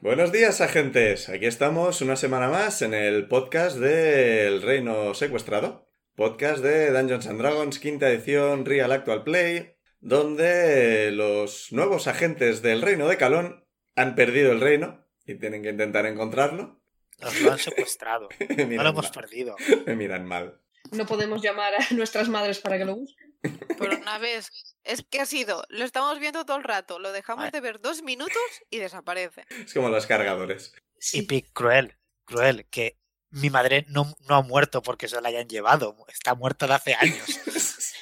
Buenos días, agentes. Aquí estamos una semana más en el podcast del Reino Secuestrado, podcast de Dungeons and Dragons, quinta edición Real Actual Play, donde los nuevos agentes del Reino de Calón han perdido el reino y tienen que intentar encontrarlo. Nos lo han secuestrado. Me No miran lo hemos mal. perdido. Me miran mal. No podemos llamar a nuestras madres para que lo busquen. Por una vez. Es que ha sido, lo estamos viendo todo el rato, lo dejamos Vale. de ver dos minutos y desaparece. Es como los cargadores. Y Pic, cruel, cruel, que mi madre no, no ha muerto porque se la hayan llevado. Está muerta de hace años.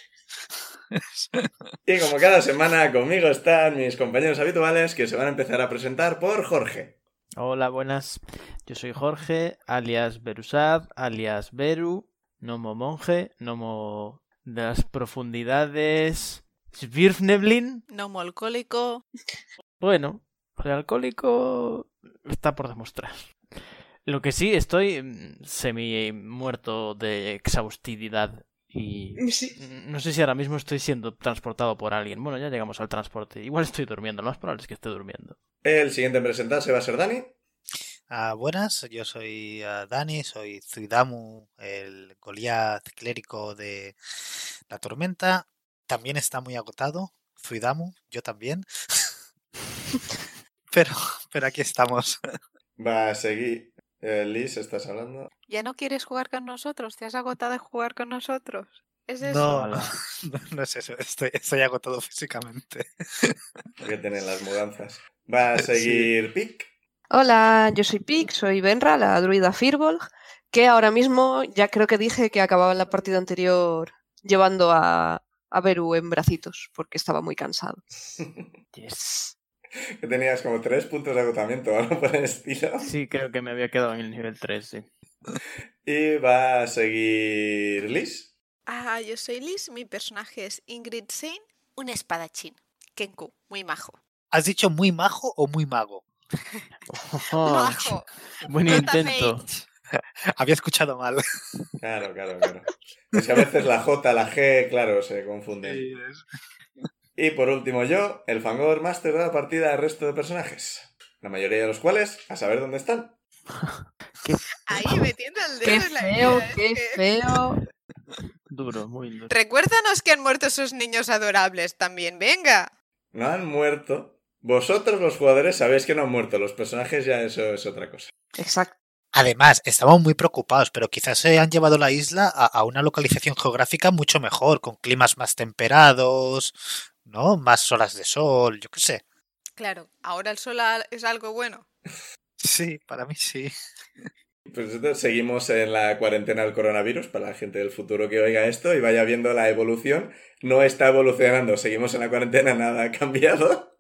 Y como cada semana conmigo están mis compañeros habituales que se van a empezar a presentar por Jorge. Hola, buenas. Yo soy Jorge, alias Berusad, alias Beru, nomo monje, nomo de las profundidades. Svirfneblin. Nomo alcohólico. Bueno, el alcohólico está por demostrar. Lo que sí, estoy mm, semi muerto de exhaustividad y Sí. mm, no sé si ahora mismo estoy siendo transportado por alguien. Bueno, ya llegamos al transporte. Igual estoy durmiendo, lo más probable es que esté durmiendo. El siguiente en presentarse va a ser Dani. Ah, buenas, yo soy ah, Dani, soy Zuidamu, el Goliath clérigo de la tormenta. También está muy agotado, Zuidamu, yo también. Pero, pero aquí estamos. Va a seguir. Eh, Liz, ¿estás hablando? Ya no quieres jugar con nosotros, te has agotado de jugar con nosotros. Es eso. No, no, no es eso, estoy, estoy agotado físicamente. que tienen las mudanzas. Va a seguir Pic. Hola, yo soy Pic, soy Benra, la druida Firbolg, que ahora mismo ya creo que dije que acababa la partida anterior llevando a, a Beru en bracitos, porque estaba muy cansado. Yes. Que tenías como tres puntos de agotamiento o algo por el estilo. Sí, creo que me había quedado en el nivel 3, sí. Y va a seguir Liz. Ah, yo soy Liz, mi personaje es Ingrid Sein, un espadachín. Kenku, muy majo. ¿Has dicho muy majo o muy mago? Oh. majo. buen no te intento. afeites. Había escuchado mal. Claro, claro, claro. Es que a veces la J, la G, claro, se confunden. Y por último yo, el Fangor Master de la partida al resto de personajes. La mayoría de los cuales, a saber dónde están. Ahí metiendo el dedo Qué en la feo, herida, es qué que- feo. Duro, muy duro. Recuérdanos que han muerto esos niños adorables también, venga. No han muerto. Vosotros los jugadores sabéis que no han muerto. Los personajes ya eso es otra cosa. Exacto. Además, estamos muy preocupados, pero quizás se han llevado la isla a, a una localización geográfica mucho mejor, con climas más temperados, ¿no? Más horas de sol, yo qué sé. Claro, ahora el sol a- es algo bueno. Sí, para mí sí. Pues nosotros seguimos en la cuarentena del coronavirus para la gente del futuro que oiga esto y vaya viendo la evolución. No está evolucionando, seguimos en la cuarentena, nada ha cambiado.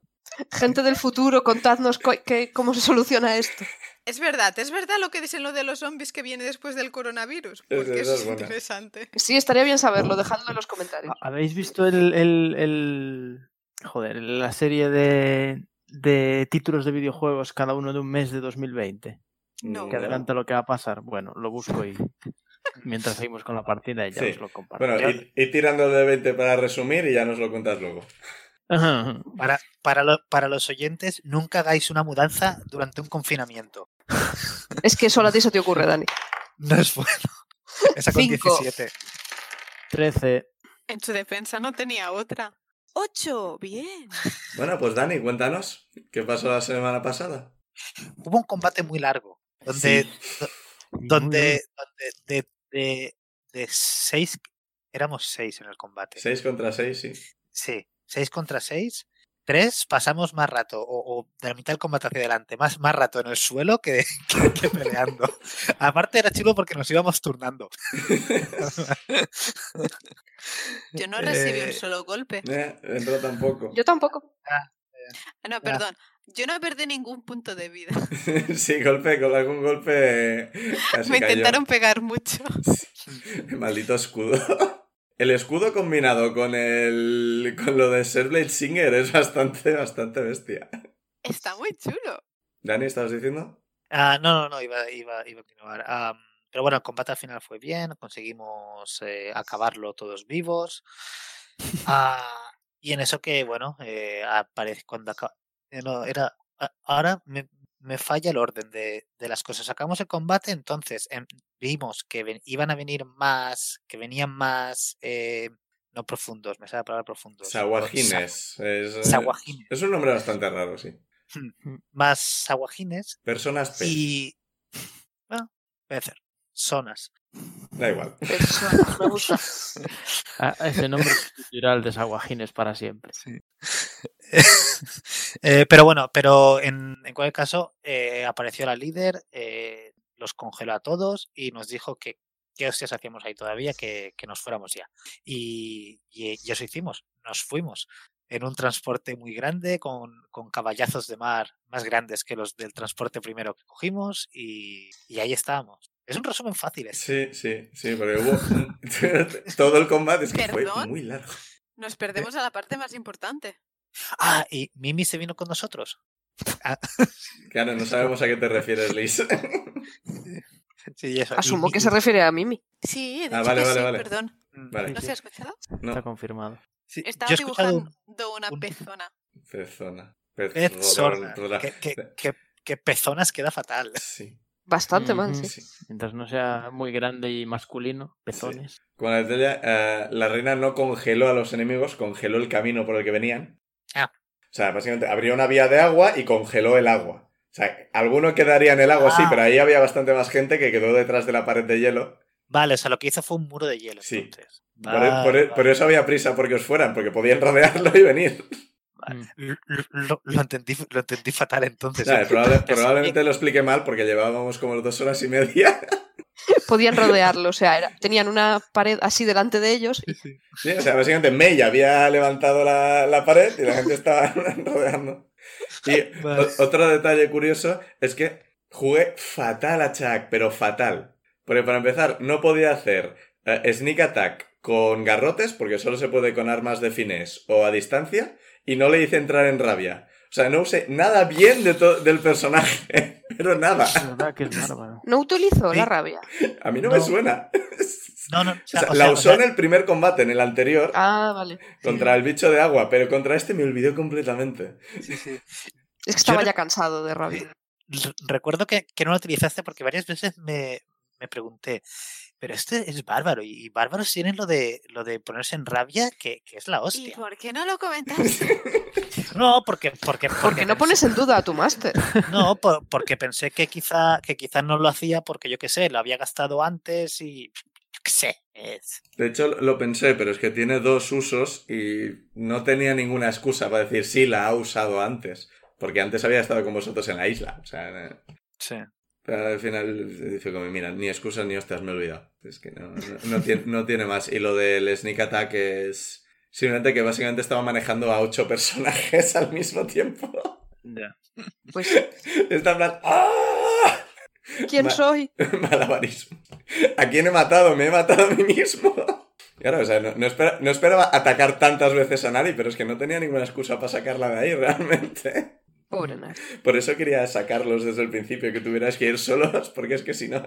Gente del futuro, contadnos co- qué- cómo se soluciona esto. Es verdad, es verdad lo que dicen lo de los zombies que viene después del coronavirus, Es- porque esa eso es es buena. interesante. Sí, estaría bien saberlo, dejadlo en los comentarios. Ah, ¿Habéis visto el, el, el- Joder, la serie de, de títulos de videojuegos cada uno de un mes de 2020? No. Que adelanta lo que va a pasar. Bueno, lo busco y mientras seguimos con la partida ya Sí. os lo comparto. Bueno, y, y tirando de 20 para resumir y ya nos lo cuentas luego. Ajá. Para, para, lo- para los oyentes, nunca hagáis una mudanza durante un confinamiento. Ah, Es que solo a ti se te ocurre, Dani. No es bueno. Esa con Cinco. 17. 13. En su defensa no tenía otra. ¡Ocho! ¡Bien! Bueno, pues Dani, cuéntanos, ¿qué pasó la semana pasada? Hubo un combate muy largo, donde, donde, donde de, de- de seis, éramos seis en el combate. 6 contra 6, sí. Sí, 6 contra 6. 3 pasamos más rato, o, o de la mitad del combate hacia adelante, más, más rato en el suelo que, que- que peleando. Aparte era chulo porque nos íbamos turnando. Yo no recibí Eh, un solo golpe. Eh, entró tampoco. Yo tampoco. Ah, No, perdón. Yo no perdí ningún punto de vida. sí, golpe, con algún golpe. casi Me cayó. intentaron pegar mucho. Maldito escudo. El escudo combinado con el. con lo de ser Blade Singer es bastante, bastante bestia. Está muy chulo. Dani, ¿estabas diciendo? Ah, no, no, no, iba, iba, iba a continuar. Am, pero bueno, el combate al final fue bien, conseguimos eh, acabarlo todos vivos. Ah, y en eso que, bueno, eh, aparece cuando aca- eh, no, era, a- ahora me, me falla el orden de, de las cosas. Acabamos el combate, entonces em, vimos que ven- iban a venir más, que venían más, eh, no profundos, me sale la palabra profundos. Saguajines. Es, eh, Sa- Saguajines. mm, es un nombre bastante raro, sí. Más saguajines Personas P. y... Bueno, puede ser. Zonas. Da igual. Personas, me gusta. Ah, ese nombre cultural de Saguajines para siempre. Eh, pero bueno, pero en, en cualquier caso, eh, apareció la líder, eh, los congeló a todos y nos dijo que qué hostias hacíamos ahí todavía, que, que nos fuéramos ya. Y, y, y eso hicimos, nos fuimos en un transporte muy grande, con, con caballazos de mar más grandes que los del transporte primero que cogimos y, y ahí estábamos. Es un resumen fácil. este. Sí, sí, sí, porque hubo. Todo el combate es que fue ¿Perdón? muy largo. Nos perdemos a la parte más importante. Ah, y Mimi se vino con nosotros. Claro, no sabemos a qué te refieres, Liz. Sí, eso, Ah, y Asumo que Mimi- se refiere a Mimi. Sí, he Ah, dicho vale, que vale, sí, vale. perdón. Vale. ¿No se ha escuchado? No. Está confirmado. sí, yo Estaba he escuchado un- dibujando una un- pezona. Persona. Pezona. Persona. Que, que, que, que pezonas queda fatal. Sí, Bastante ¿eh? mal, Ujú. sí. sí. Mientras no sea muy grande y masculino, pezones. Con la estrella, eh, la reina no congeló a los enemigos, congeló el camino por el que venían. Ah. O sea, básicamente abrió una vía de agua y congeló el agua. O sea, alguno quedaría en el agua, sí, Ah. pero ahí había bastante más gente que quedó detrás de la pared de hielo. Vale, o sea, lo que hizo fue un muro de hielo. Sí. Entonces. Por, e, por- Vale, por Ah, vale. eso había prisa porque os fueran, porque podían rodearlo y venir. Ah. mm, L- l- Lo, lo entendí, lo entendí fatal entonces. O sea, probable- Pensé probablemente lo expliqué mal porque llevábamos como dos horas y media. Podían rodearlo, o sea, era- tenían una pared así delante de ellos y Sí, o sea, básicamente Mella había levantado la, la pared y la gente estaba rodeando. Y Vale. o- otro detalle curioso es que jugué fatal a Chuck, pero fatal. Porque para empezar, no podía hacer eh, sneak attack con garrotes, porque solo se puede con armas de finés o a distancia, y no le hice entrar en rabia. O sea, no usé nada bien de to- del personaje, pero nada. Es verdad que es bárbaro. no utilizó Sí. la rabia. A mí no, me No. suena. que- No, no, o O sea, sea, o la sea, o usó sea, en el primer combate, en el anterior, Ah, vale. contra el bicho de agua, pero contra este me olvidó completamente. Es que estaba Yo no- ya cansado de rabia. re- Recuerdo que, que no lo utilizaste porque varias veces me, me pregunté, pero este es bárbaro y, y bárbaros tienen lo de, lo de ponerse en rabia que, que es la ¿Y hostia. por qué no lo comentaste? No, porque, porque, Porque no pones en duda a tu máster. No, por- porque pensé que quizá, que quizá no lo hacía porque yo qué sé, lo había gastado antes y yo qué sé. es- De hecho, lo pensé, pero es que tiene dos usos y no tenía ninguna excusa para decir sí, la ha usado antes. Porque antes había estado con vosotros en la isla. O sea, eh, pero al final dice como, mira, ni excusas ni hostias, me he olvidado. Es que no, no- no tiene, no tiene más. Y lo del sneak attack es simplemente que básicamente estaba manejando a ocho personajes al mismo tiempo. Pues, Está en plan... ¡Ah! ¿quién Va- soy? Malabarismo. ¿A quién he matado? Me he matado a mí mismo. Claro, o sea, no, no espera- no esperaba atacar tantas veces a nadie, pero es que no tenía ninguna excusa para sacarla de ahí realmente. Pobre Nar. Por eso quería sacarlos desde el principio, que tuvieras que ir solos, porque es que si no...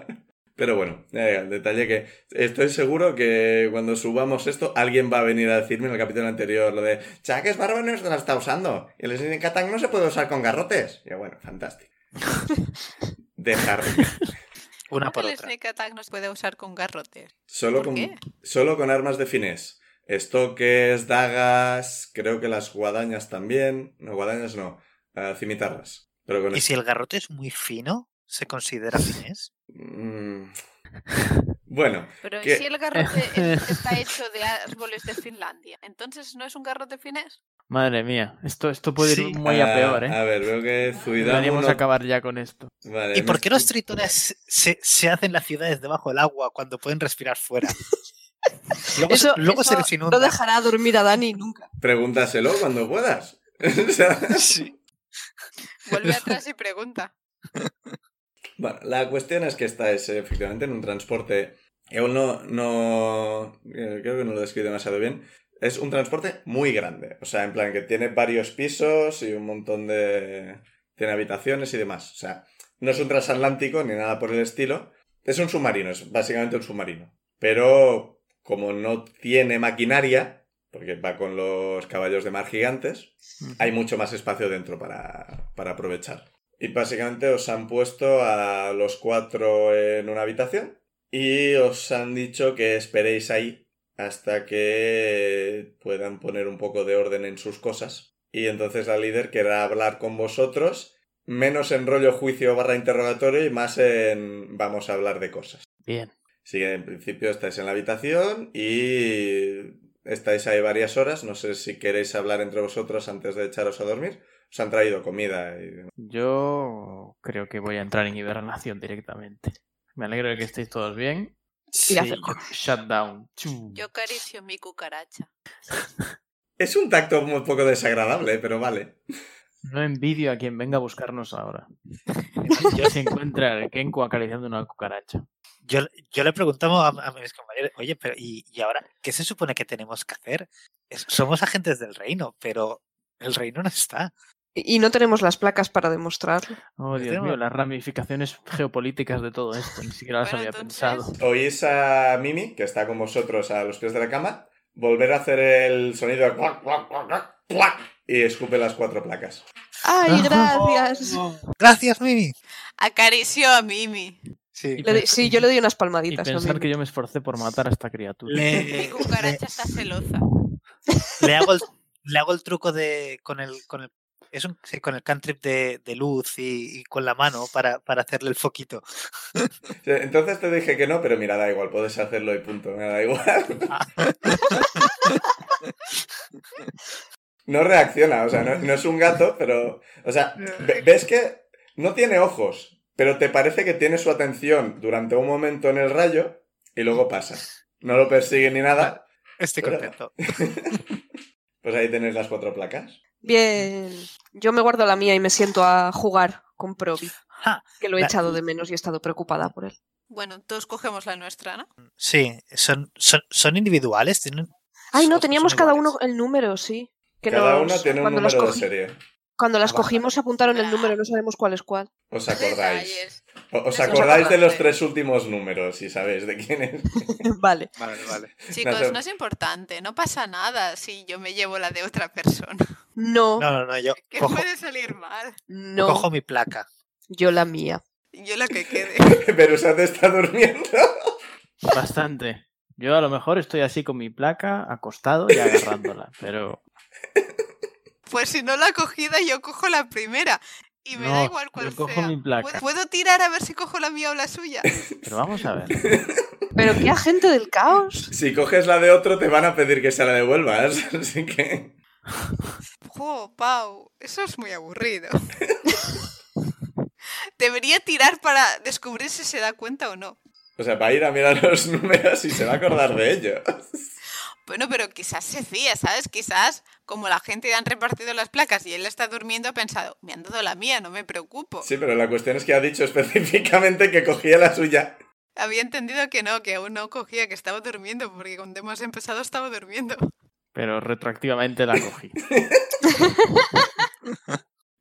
Pero bueno, eh, el detalle que estoy seguro que cuando subamos esto, alguien va a venir a decirme en el capítulo anterior lo de Chuck es bárbaro y no se la está usando. Y el Sneak Attack no se puede usar con garrotes. Y yo, bueno, fantástico. Dejar. Una ¿Por por qué el otra. sneak attack nos puede usar con garrotes? Solo ¿Por con, qué? solo con armas de finés. Estoques, dagas, creo que las guadañas también. No, guadañas no. eh, cimitarras. Pero con Y si el garrote es muy fino, ¿se considera finés? Mm. Bueno, Pero ¿y ¿Qué? si el garrote es- está hecho de árboles de Finlandia, entonces no es un garrote finés. Madre mía, esto, esto puede Sí. ir muy a ah, peor, ¿eh? A ver, veo que Zuidamu. Deberíamos no- acabar ya con esto. Vale, ¿Y no- por qué los tritones se, se hacen las ciudades debajo del agua cuando pueden respirar fuera? Luego, se- Eso, luego se eso les inunda. no dejará dormir a Dani nunca. Pregúntaselo cuando puedas. O sea, Sí. Vuelve atrás y pregunta. Bueno, la cuestión es que estáis eh, efectivamente en un transporte. Eul no, no. eh, Creo que no lo describe demasiado bien. Es un transporte muy grande. O sea, en plan que tiene varios pisos y un montón de. Tiene habitaciones y demás. O sea, no es un transatlántico ni nada por el estilo. Es un submarino, es básicamente un submarino. Pero como no tiene maquinaria, porque va con los caballos de mar gigantes, hay mucho más espacio dentro para, para aprovechar. Y básicamente os han puesto a los cuatro en una habitación y os han dicho que esperéis ahí hasta que puedan poner un poco de orden en sus cosas. Y entonces la líder querrá hablar con vosotros, menos en rollo juicio barra interrogatorio y más en vamos a hablar de cosas. Bien. Sí, que en principio estáis en la habitación y estáis ahí varias horas. No sé si queréis hablar entre vosotros antes de echaros a dormir. Os han traído comida. Y... demás. Yo creo que voy a entrar en hibernación directamente. Me alegro de que estéis todos bien. Sí, hacer yo- Shutdown. Chu. Yo acaricio mi cucaracha. Es un tacto muy poco desagradable, pero vale. No envidio a quien venga a buscarnos ahora. yo- Ya se encuentra el Kenko acariciando una cucaracha. Yo, yo le preguntamos a, a mis compañeros, oye, pero ¿y, y ahora qué se supone que tenemos que hacer? Es- somos agentes del reino, pero el reino no está. Y y no tenemos las placas para demostrarlo. Oh, Yo Dios tengo- mío, las ramificaciones geopolíticas de todo esto. Ni siquiera las Bueno, había entonces- pensado. Oís a Mimi, que está con vosotros a los pies de la cama, volver a hacer el sonido de cuac, cuac, cuac, cuac, cuac, y escupe las cuatro placas. ¡Ay, gracias! Gracias, Mimi. Acaricio a Mimi. Sí. Y Le doy- sí, yo le doy unas Y palmaditas. a pensar mí. que yo me esforcé por matar a esta criatura. Mi Le, le- eh, cucaracha está celosa. le hago el, le hago el truco de con el con el es un- sí, con el cantrip de, de luz y, y con la mano para, para hacerle el foquito. Entonces te dije que no, pero mira, da igual, puedes hacerlo y punto, me da igual. No reacciona, o sea, no, no es un gato, pero. O sea, ve- ves que no tiene ojos, pero te parece que tiene su atención durante un momento en el rayo y luego pasa. No lo persigue ni nada. Estoy Pero- contento. Pues ahí tenéis las cuatro placas. Bien. Yo me guardo la mía y me siento a jugar con Probi, Ja, que lo he La- echado de menos y he estado preocupada por él. Bueno, todos cogemos la nuestra, ¿no? Sí, son, son, son individuales. Tienen, Ay, no, son- teníamos son cada iguales. uno el número, sí. Que Cada nos- una tiene un cuando las número de cogi- serie. Cuando las Ah, vale. cogimos apuntaron el número, no sabemos cuál es cuál. Os acordáis. Detalles. O- Os Eso es acordáis de los importante. tres últimos números, si sabéis de quién es. vale. Vale, vale. Chicos, sé. no es importante, no pasa nada si yo me llevo la de otra persona. No, No, no, no, yo ¿Qué cojo, puede salir mal? no, cojo mi placa. yo la mía. Yo la que quede. Pero usted está durmiendo. Bastante. Yo a lo mejor estoy así con mi placa, acostado y agarrándola. Pero Pues si no la cogida, yo cojo la primera. Y me No, da igual cuál yo cojo sea. mi placa. ¿Puedo- ¿Puedo tirar a ver si cojo la mía o la suya? Pero vamos a ver. Pero qué agente del caos. Si coges la de otro, te van a pedir que se la devuelvas. Así que. ¡Jo, Pau! Eso es muy aburrido. Debería tirar para descubrir si se da cuenta o no. O sea, va a ir a mirar los números y se va a acordar de ello. Bueno, pero quizás se fía, ¿sabes? Quizás, como la gente le han repartido las placas y él está durmiendo, ha pensado, me han dado la mía, no me preocupo. Sí, pero la cuestión es que ha dicho específicamente que cogía la suya. Había entendido que no, que aún no cogía, que estaba durmiendo, porque cuando hemos empezado estaba durmiendo. Pero retroactivamente la cogí.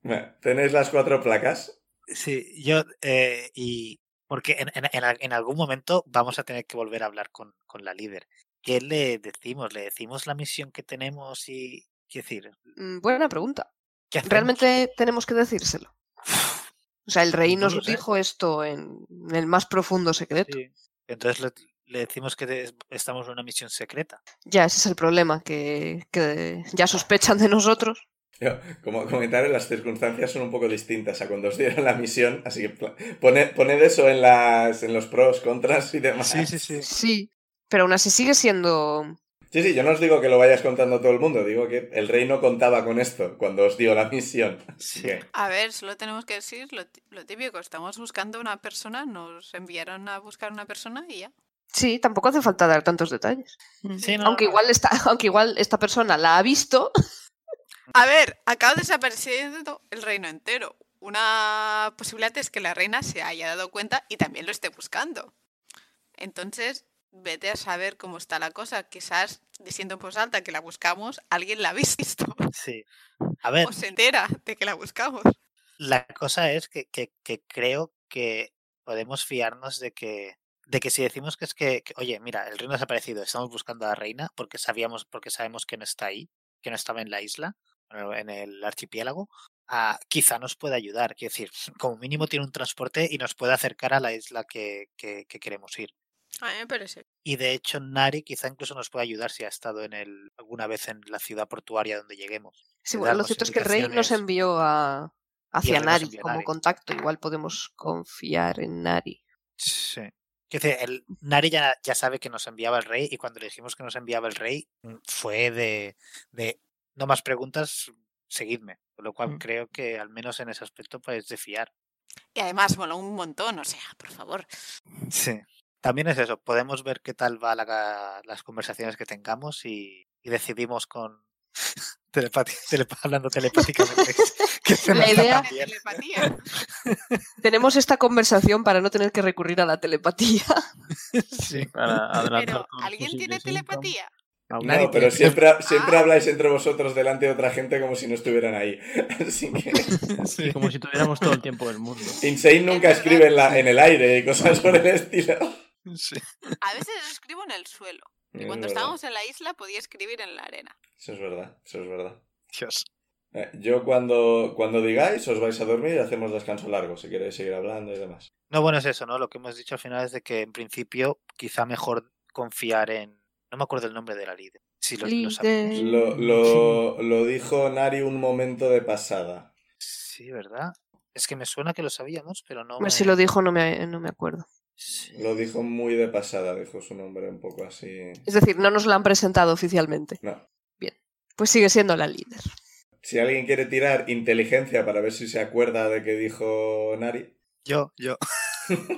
Bueno, tenéis las cuatro placas. Sí, yo eh, y porque en, en- en al- en algún momento vamos a tener que volver a hablar con, con la líder. ¿Qué le decimos? ¿Le decimos la misión que tenemos y qué decir? Mm, Buena pregunta. ¿Qué hacemos? Realmente tenemos que decírselo. O sea, el rey No nos lo sé. dijo esto en el más profundo secreto. Sí. Entonces le, le decimos que de- estamos en una misión secreta. Ya, ese es el problema, que, que ya sospechan de nosotros. Yo, Como comentaré, las circunstancias son un poco distintas a cuando os dieron la misión, así que pla- poned, poned eso en, las, en los pros, contras y demás. sí. Sí. Pero aún así sigue siendo... Sí, sí, yo no os digo que lo vayas contando a todo el mundo, digo que el rey no contaba con esto cuando os dio la misión. Así que- A ver, solo tenemos que decir lo, ti- lo típico, estamos buscando una persona, nos enviaron a buscar una persona y ya. Sí, tampoco hace falta dar tantos detalles. Sí, no, Aunque no, igual, esta, aunque igual esta persona la ha visto A ver, acaba desapareciendo el reino entero. Una posibilidad es que la reina se haya dado cuenta y también lo esté buscando. Entonces, vete a saber cómo está la cosa. Quizás, diciendo en voz alta que la buscamos, alguien la ha visto Sí. A ver, o se entera de que la buscamos. la cosa es que, que- que creo que podemos fiarnos de que de que si decimos que es que, que, oye mira el reino ha desaparecido estamos buscando a la reina porque sabíamos porque sabemos que no está ahí que no estaba en la isla bueno, en el archipiélago ah, quizá nos pueda ayudar quiero decir como mínimo tiene un transporte y nos puede acercar a la isla que, que- que queremos ir A mí me parece. y de hecho Nari quizá incluso nos pueda ayudar si ha estado en el alguna vez en la ciudad portuaria donde lleguemos Sí, Le bueno, lo damos cierto es que el rey nos indicaciones. envió a, hacia rey nos Nari envió a como Nari. contacto. Igual podemos confiar en Nari. Sí. Quiero decir, el Nari ya, ya sabe que nos enviaba el rey y cuando le dijimos que nos enviaba el rey mm, fue de, de no más preguntas, seguidme. Con lo cual Mm. creo que al menos en ese aspecto puedes de fiar. Y además mola un montón, o sea, por favor. Sí. También es eso, podemos ver qué tal va la ca- las conversaciones que tengamos y, y decidimos con... telepati- telepa- hablando telepáticamente. que se nos La da idea- también. Telepatía. Tenemos esta conversación para no tener que recurrir a la telepatía. Sí. Para adelantar Pero, todos los ¿alguien tiene posibles síntomas. telepatía? No, Ah, pero tiene- siempre, siempre habláis entre vosotros delante de otra gente como si no estuvieran ahí. Así que. Y como si tuviéramos todo el tiempo del mundo. Insane nunca escribe en, la- en el aire y cosas por el estilo. Sí. A veces escribo en el suelo. Y Es Eh. verdad. cuando estábamos en la isla podía escribir en la arena. Eso es verdad, eso es verdad. Dios. Eh, Yo cuando, cuando digáis os vais a dormir y hacemos descanso largo si queréis seguir hablando y demás. No, bueno, es eso, ¿no? Lo que hemos dicho al final es de que en principio quizá mejor confiar en... No me acuerdo el nombre de la líder. Si lo, lo sabemos. Líder. Lo, lo, lo dijo Nari un momento de pasada. Sí, ¿verdad? Es que me suena que lo sabíamos, pero no... A ver me- Si lo dijo, no me, no me acuerdo. Sí. Lo dijo muy de pasada, dijo su nombre un poco así. Es decir, no nos la han presentado oficialmente. No. Pues sigue siendo la líder. Si alguien quiere tirar inteligencia para ver si se acuerda de que dijo Nari. Yo, yo.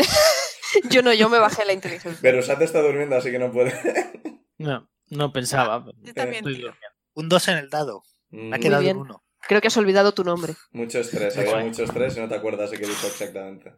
Yo no, yo me bajé la inteligencia. Pero Sat está durmiendo, así que no puede. No, no pensaba. Eh, Yo también Estoy tiro. Un 2 en el dado. Me ha Mm, quedado bien. un 1. Creo que has olvidado tu nombre. Mucho estrés, había Bueno. mucho estrés y no te acuerdas de qué dijo exactamente.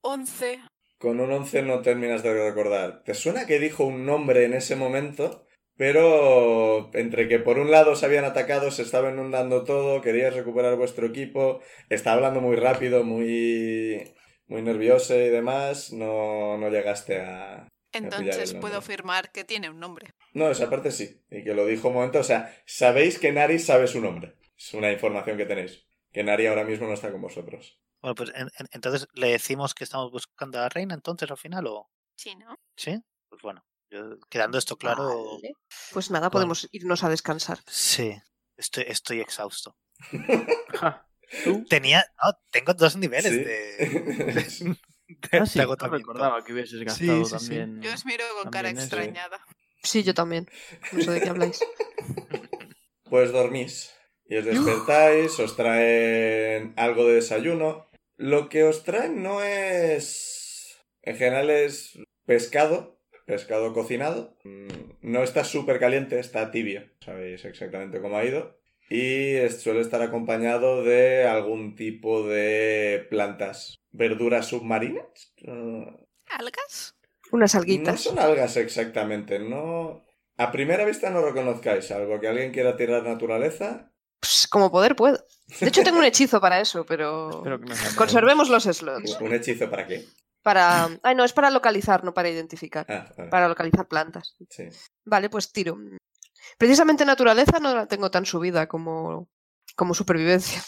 11. Con un 11 no terminas de recordar. Te suena que dijo un nombre en ese momento, pero entre que por un lado se habían atacado, se estaba inundando todo, querías recuperar vuestro equipo, está hablando muy rápido, muy, muy nervioso y demás, no, no llegaste a... Entonces puedo nombre. afirmar que tiene un nombre. No, esa parte sí, y que lo dijo un momento, o sea, sabéis que Nari sabe su nombre. Es una información que tenéis, que Nari ahora mismo no está con vosotros. Bueno, pues en- en- entonces le decimos que estamos buscando a la reina, entonces al final, ¿o Sí, ¿no? sí? Pues bueno, yo- quedando esto claro... Vale. Pues nada, podemos irnos a descansar. Sí, estoy, estoy exhausto. Ja. ¿Tú? Tenía... no, tengo dos niveles Sí. de... de- Ah, sí, de no agotamiento. recordaba que hubieses gastado sí, sí. también. Yo os miro con cara Mm. También es, sí. extrañada. Sí, yo también. No sé de qué habláis. Pues dormís y os despertáis, os traen algo de desayuno. Lo que os traen no es... En general es pescado, pescado cocinado. Mm, No está súper caliente, está tibio. Sabéis exactamente cómo ha ido. Y es- suele estar acompañado de algún tipo de plantas. ¿Verduras submarinas? Eh, ¿Algas? Unas no alguitas. son algas exactamente, no... A primera vista no reconozcáis, algo que alguien quiera tirar naturaleza, Pues, como poder puedo. De hecho, tengo un hechizo para eso, pero. Espero que no sea Conservemos los slots. ¿Un hechizo para qué? Para. Ay, no, es para localizar, no para identificar. Ah, vale. Para localizar plantas. Sí. Vale, pues tiro. Precisamente naturaleza no la tengo tan subida como, como supervivencia.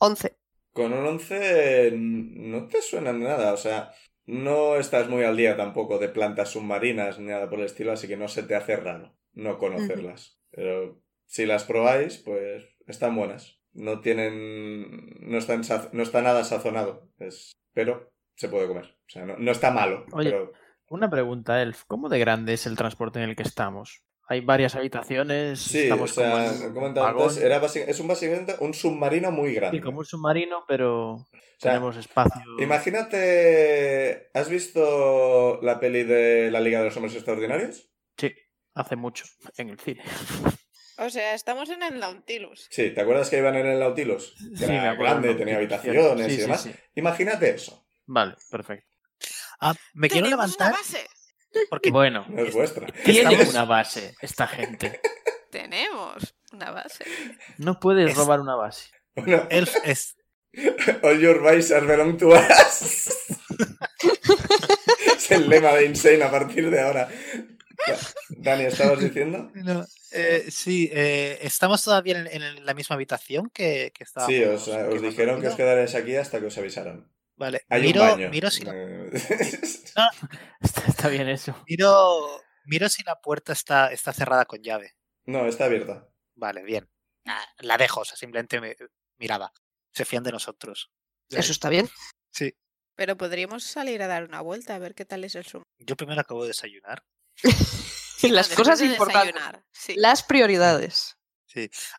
11. Con un 11 n- no te suena de nada, o sea, no estás muy al día tampoco de plantas submarinas ni nada por el estilo, así que no se te hace raro no conocerlas. Pero si las probáis, pues están buenas. No tienen... no, están sa- no está nada sazonado, es... pero se puede comer. O sea, no, no está malo, Oye. pero Una pregunta, Elf. ¿Cómo de grande es el transporte en el que estamos? Hay varias habitaciones. sí, estamos o sea, como en un como he comentado antes, vagón. era basi- es un básicamente un submarino muy grande. Sí, como un submarino, pero O sea, tenemos espacio. Imagínate, ¿has visto la peli de la Liga de los Hombres Extraordinarios? Sí, hace mucho en el cine. O sea, estamos en el Nautilus. Sí, ¿te acuerdas que iban en el Nautilus? Que Sí, me era acuerdo. grande, tenía habitaciones Sí, y sí, demás. sí. Imagínate eso. Vale, perfecto. Ah, me quiero ¡Tenemos levantar Una base. porque Bueno, No es vuestra. tiene Estamos- una base esta gente. Tenemos una base. No puedes Es- robar una base. Bueno, Elf es. all your vices belong to us. es el lema de Insane a partir de ahora. Dani, ¿estabas diciendo? no, eh, sí, eh, estamos todavía en, en la misma habitación que, que estábamos. Sí, os, os hemos dijeron que os dormido. quedaréis aquí hasta que os avisaran. Vale, Hay miro, un baño. Miro, si la, Eh, Está, está bien eso. miro, miro si la puerta está, está cerrada con llave. no, está abierta. Vale, bien. Ah, La dejo, o sea, simplemente me- mirada. Se fían de nosotros. Eso está bien. Pero podríamos salir a dar una vuelta a ver qué tal es el sumo. Yo primero acabo de desayunar. Bueno, Las después cosas de importantes. desayunar, Sí. Las prioridades.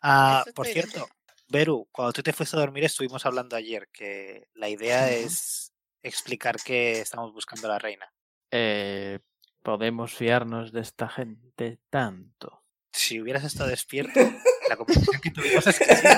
Ah, Eso por estoy cierto, Beru, cuando tú te fuiste a dormir estuvimos hablando ayer que la idea es explicar que estamos buscando a la reina. Eh, podemos fiarnos de esta gente tanto. Si hubieras estado despierto, la conversación que tuvimos es que sí,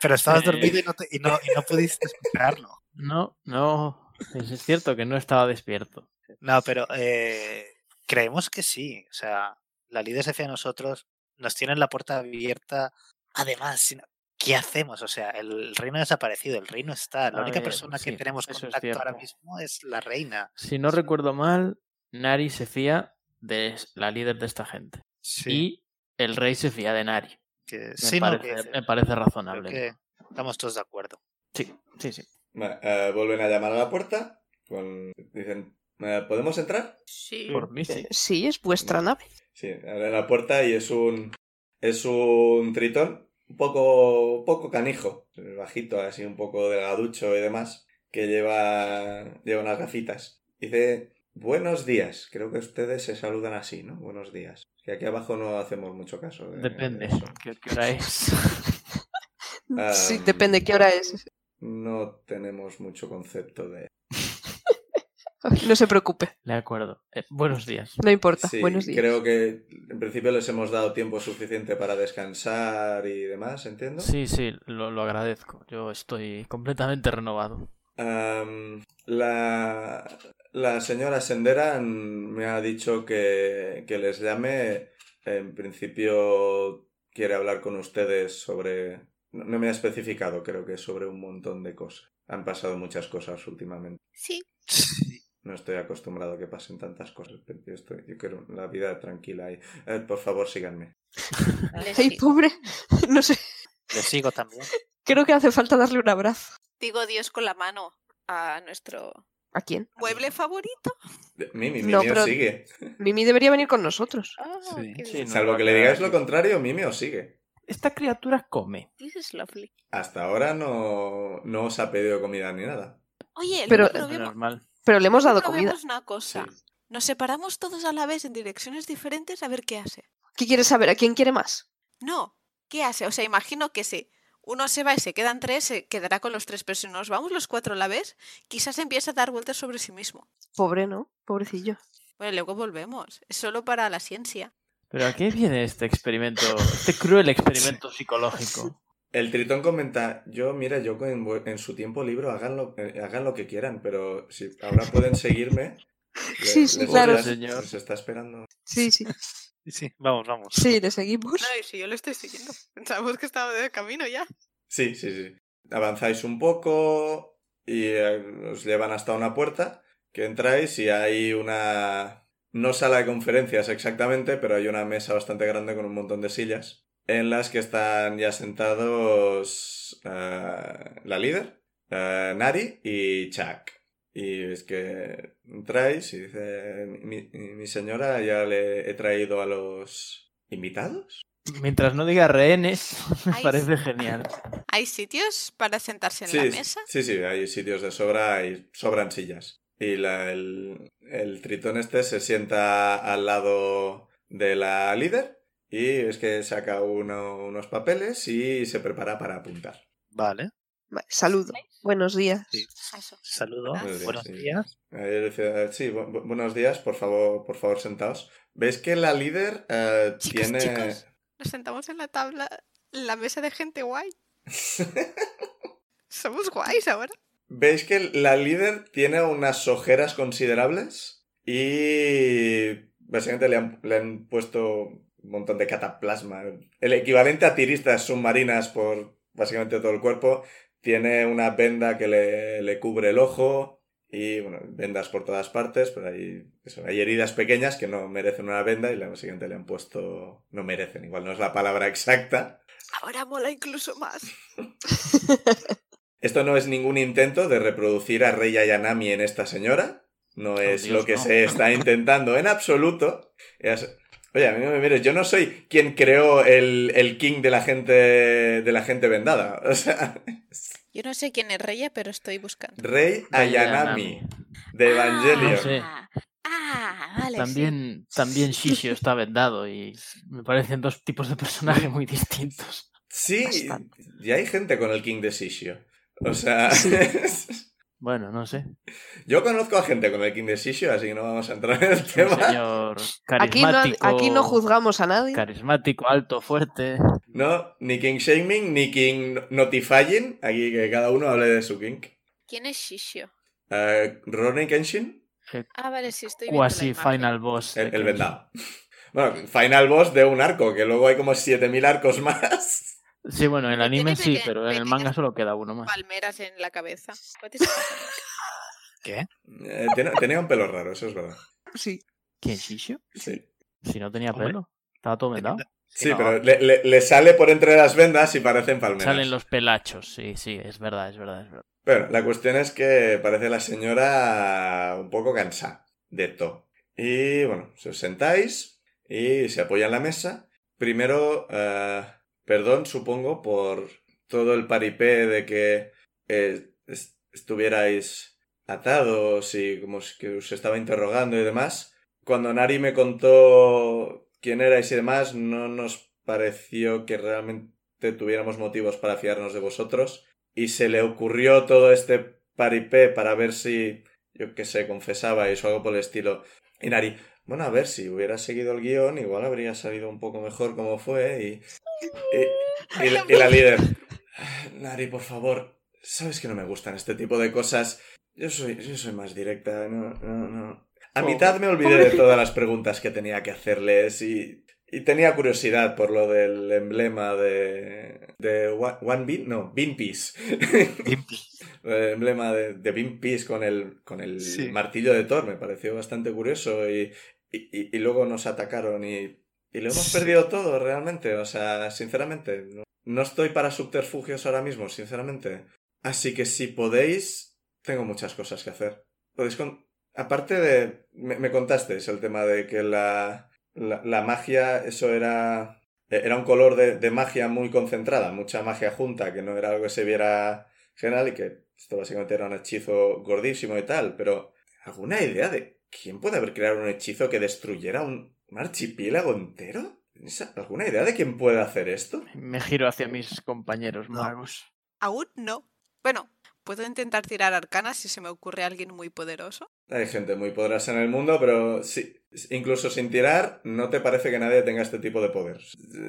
pero estabas Eh. dormido y no, te- y no, y no pudiste escucharlo. No, no. Es es cierto que no estaba despierto. No, pero eh, creemos que sí. O sea, la líder se hacia nosotros, nos tienen la puerta abierta. Además, si no- ¿qué hacemos? O sea, el reino ha desaparecido, el reino está. La A única ver, persona que eh, sí, tenemos eso es contacto ahora cierto. mismo es la reina. Si no recuerdo mal, Nari se fía de la líder de esta gente. Sí, Y el rey se fía de Nari. que, Me, sí, no, que- parece, me parece creo razonable. que estamos todos de acuerdo. Sí, sí, sí. Va, eh, vuelven a llamar a la puerta. con- Dicen, eh, ¿podemos entrar? Sí. Por mí sí. Eh, Sí, es vuestra nave. Sí, abren la puerta y es un. Es un tritón un poco, un poco canijo. Bajito, así un poco delgaducho y demás. Que lleva. Lleva unas gafitas. Dice. Buenos días. Creo que ustedes se saludan así, ¿no? Buenos días. Que aquí abajo no hacemos mucho caso. de- Depende. de eso. ¿Qué, qué hora es? Ah, Sí, depende qué hora es. No tenemos mucho concepto de. No se preocupe, De acuerdo. Eh, buenos días. no importa. Sí, Buenos días. creo que en principio les hemos dado tiempo suficiente para descansar y demás, entiendo. Sí, sí, lo, lo agradezco. Yo estoy completamente renovado. Am, la, la señora Sendera mm, me ha dicho que, que les llame. En principio quiere hablar con ustedes sobre... No no me ha especificado, creo que sobre un montón de cosas. Han pasado muchas cosas últimamente. Sí. No estoy acostumbrado a que pasen tantas cosas. pero Yo, estoy, yo quiero la vida tranquila. Y, eh, por favor, síganme. le Ay, sigo. pobre. No sé. Le sigo también. Creo que hace falta darle un abrazo. Digo Dios con la mano a nuestro ¿A quién? mueble favorito. Mimi, Mimi No, os pero- sigue. Mimi debería venir con nosotros. Ah, qué Sí, bien. no Salvo va que a le quedar digáis lo aquí. contrario, Mimi os sigue. Esta criatura come. This is lovely. Hasta ahora no, no os ha pedido comida ni nada. Oye, Pero- pero, Es normal. Pero le hemos dado comida. probemos una cosa. Nos separamos todos a la vez en direcciones diferentes a ver qué hace. ¿Qué quieres saber? ¿A quién quiere más? No, ¿qué hace? O sea, imagino que si uno se va y se quedan tres, se quedará con los tres, pero si nos vamos los cuatro a la vez, quizás empieza a dar vueltas sobre sí mismo. Pobre, ¿no? Pobrecillo. Bueno, luego volvemos. Es solo para la ciencia. ¿Pero a qué viene este experimento, este cruel experimento psicológico? El Tritón comenta, yo, mira, yo en, vu- en su tiempo libre hagan lo, eh, hagan lo que quieran, pero si ahora pueden seguirme... le- Sí, sí, les claro. está- Señor. les está esperando. Sí, sí. Sí, sí, vamos, vamos. Sí, le seguimos. y si yo lo estoy siguiendo. Pensamos que estaba de camino ya. Sí, sí, sí. Avanzáis un poco y eh, os llevan hasta una puerta que entráis y hay una... No sala de conferencias exactamente, pero hay una mesa bastante grande con un montón de sillas en las que están ya sentados eh, la líder, eh, Nari y Chuck. Y es que entráis y dice, mi, mi señora ya le he traído a los invitados. Mientras no diga rehenes, me Ay, parece genial. ¿Hay sitios para sentarse en sí, la mesa? Sí, sí, hay sitios de sobra y sobran sillas. Y la- el, el tritón este se sienta al lado de la líder y es que saca uno- unos papeles y se prepara para apuntar. Vale. Vale, Saludo. Buenos días. Sí. Eso. Saludo. Muy bien, Buenos sí. días. Eh, dice, sí, bu- bu- buenos días, por favor, por favor, sentaos. ¿Veis que la líder eh, Chicos, tiene... chicos, Nos sentamos en la tabla, en la mesa de gente guay. Somos guays ahora. Veis que la líder tiene unas ojeras considerables y básicamente le han, le han puesto un montón de cataplasma. El equivalente a tiristas submarinas por básicamente todo el cuerpo. Tiene una venda que le, le cubre el ojo y bueno, vendas por todas partes, pero hay, eso, hay heridas pequeñas que no merecen una venda y la siguiente le han puesto no merecen, igual no es la palabra exacta. Ahora mola incluso más. Esto no es ningún intento de reproducir a Rey Ayanami en esta señora, no es Oh, Dios, lo que no. se está intentando en absoluto. Es- Oye, a mí no me mires, yo no soy quien creó el, el king de la gente de la gente vendada, o sea, Yo no sé quién es Reya, pero estoy buscando. Rey Rey Ayanami Ayanami. Ah, de Evangelion. No sé. Ah, vale. También, también Shishio está vendado y me parecen dos tipos de personajes muy distintos. Sí, Bastante. ya hay gente con el King de Sishio. O sea, Bueno, no sé. yo conozco a gente con el King de Sishio, así que no vamos a entrar en el Un tema. señor Aquí no, carismático. aquí no juzgamos a nadie. Carismático, alto, fuerte. No, ni King Shaming, ni King Notifying. Aquí que cada uno hable de su King. ¿Quién es Shishio? Eh, Ronen Kenshin, Ah, vale, sí, estoy viendo la Quasi imagen. final boss. de el, el Kenshin. vendado. Bueno, final boss de un arco, que luego hay como 7000 arcos más. Sí, bueno, en el Pero anime tiene sí, peque- pero en el pequeñas manga solo queda uno más. Palmeras en la cabeza. What is happening? ¿Qué? Eh, tiene- tenía un pelo raro, eso es verdad. Sí. ¿Quién, Shishio? Sí, Si no tenía Hombre. pelo. Estaba todo vendado. Sí, No. pero le, le- le sale por entre las vendas y parecen palmeras. Salen los pelachos, sí, sí, es verdad, es verdad, es verdad. Bueno, la cuestión es que parece la señora un poco cansada de todo. Y bueno, se os sentáis y se apoya en la mesa. Primero, eh, perdón, supongo, por todo el paripé de que eh, es- estuvierais atados y como es que os estaba interrogando y demás. Cuando Nari me contó quién erais y demás, no nos pareció que realmente tuviéramos motivos para fiarnos de vosotros y se le ocurrió todo este paripé para ver si, yo qué sé, confesabais o algo por el estilo. Y Nari, bueno, a ver si hubiera seguido el guión, igual habría salido un poco mejor como fue. Y, y- y la- y la líder, Nari, por favor, sabes que no me gustan este tipo de cosas. Yo soy, yo soy más directa, no, no, no. A Oh. mitad me olvidé de todas las preguntas que tenía que hacerles y, y tenía curiosidad por lo del emblema de. de One, One Bean, no, Bean Piece. El emblema de, de Bean Piece con el, con el Sí. martillo de Thor me pareció bastante curioso y, y- y- y luego nos atacaron y, y lo hemos Sí. perdido todo realmente. O sea, sinceramente, no, no estoy para subterfugios ahora mismo, sinceramente. Así que si podéis, tengo muchas cosas que hacer. Podéis con... Aparte de... Me, me contasteis el tema de que la, la, la magia, eso era... Era un color de, de magia muy concentrada, mucha magia junta, que no era algo que se viera general y que esto básicamente era un hechizo gordísimo y tal, pero ¿alguna idea de quién puede haber creado un hechizo que destruyera un, un archipiélago entero? ¿Tenéis ¿Alguna idea de quién puede hacer esto? Me giro hacia mis compañeros No. magos. Aún no. Bueno, puedo intentar tirar arcanas si se me ocurre alguien muy poderoso. Hay gente muy poderosa en el mundo, pero sí, incluso sin tirar, no te parece que nadie tenga este tipo de poder.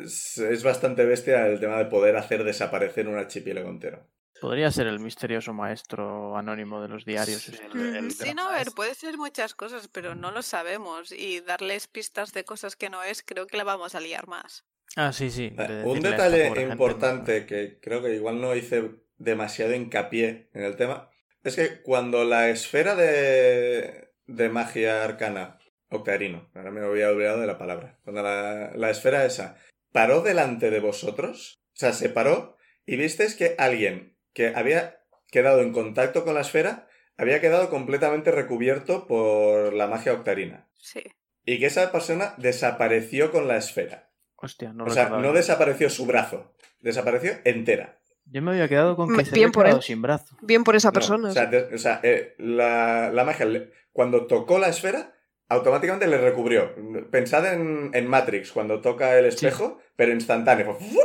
Es, es bastante bestia el tema de poder hacer desaparecer un archipiélago entero. Podría ser el misterioso maestro anónimo de los diarios. este. El- el Sí, no, a drama ver, es- puede ser muchas cosas, pero no lo sabemos. Y darles pistas de cosas que no es, creo que la vamos a liar más. Ah, sí, sí. de Eh, Un decirle a esta pobre detalle gente, importante que creo que igual no hice demasiado hincapié en el tema es que cuando la esfera de, de magia arcana, Octarino, ahora me había olvidado de la palabra, cuando la, la esfera esa paró delante de vosotros, o sea, se paró y visteis que alguien que había quedado en contacto con la esfera había quedado completamente recubierto por la magia octarina Sí. y que esa persona desapareció con la esfera. Hostia, no O sea, recordaba no yo. desapareció su brazo, desapareció entera. Yo me había quedado con que Me- se bien había por quedado él. sin brazo. Bien por esa No, persona. o sea, de- o sea, eh, la, la magia, le- cuando tocó la esfera, automáticamente le recubrió. Pensad en, en Matrix, cuando toca el espejo, pero instantáneo. fue ¡fuf!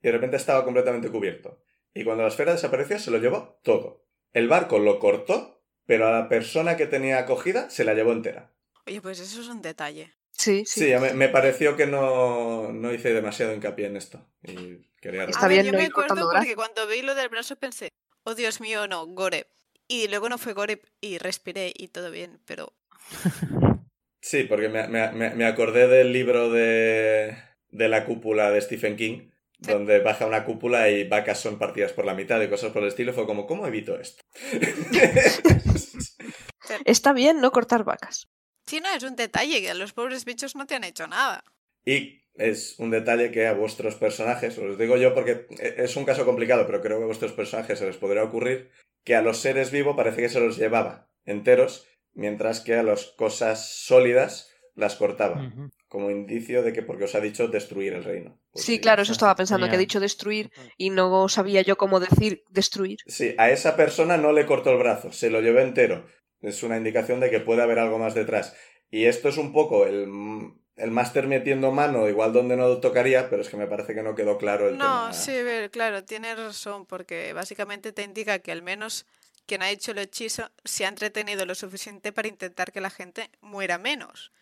Y de repente estaba completamente cubierto. Y cuando la esfera desapareció, se lo llevó todo. El barco lo cortó, pero a la persona que tenía acogida se la llevó entera. Oye, pues eso es un detalle. Sí, Sí, sí. a me, me pareció que no, no hice demasiado hincapié en esto. Y quería Está A ver, bien yo no me ir acuerdo cortando porque cuando vi lo del brazo pensé, oh Dios mío, no, gore. Y luego no fue gore y respiré y todo bien, pero Sí, porque me, me- me- me acordé del libro de, de la cúpula de Stephen King, Sí. donde baja una cúpula y vacas son partidas por la mitad y cosas por el estilo. Fue como, ¿cómo evito esto? Está bien no cortar vacas. sí, no, es un detalle que a los pobres bichos no te han hecho nada. y es un detalle que a vuestros personajes, os digo yo porque es un caso complicado, pero creo que a vuestros personajes se les podría ocurrir que a los seres vivos parece que se los llevaba enteros, mientras que a las cosas sólidas las cortaba, Mm. Ujú. como indicio de que porque os ha dicho destruir el reino. Pues sí, claro, eso o sea, estaba pensando, que he Genial. dicho destruir y no sabía yo cómo decir destruir. Sí, a esa persona no le cortó el brazo, se lo llevó entero. Es una indicación de que puede haber algo más detrás. Y esto es un poco el, el máster metiendo mano, igual donde no tocaría, pero es que me parece que no quedó claro el tema. No, sí, ver, claro, tienes razón, porque básicamente te indica que al menos quien ha hecho el hechizo se ha entretenido lo suficiente para intentar que la gente muera menos.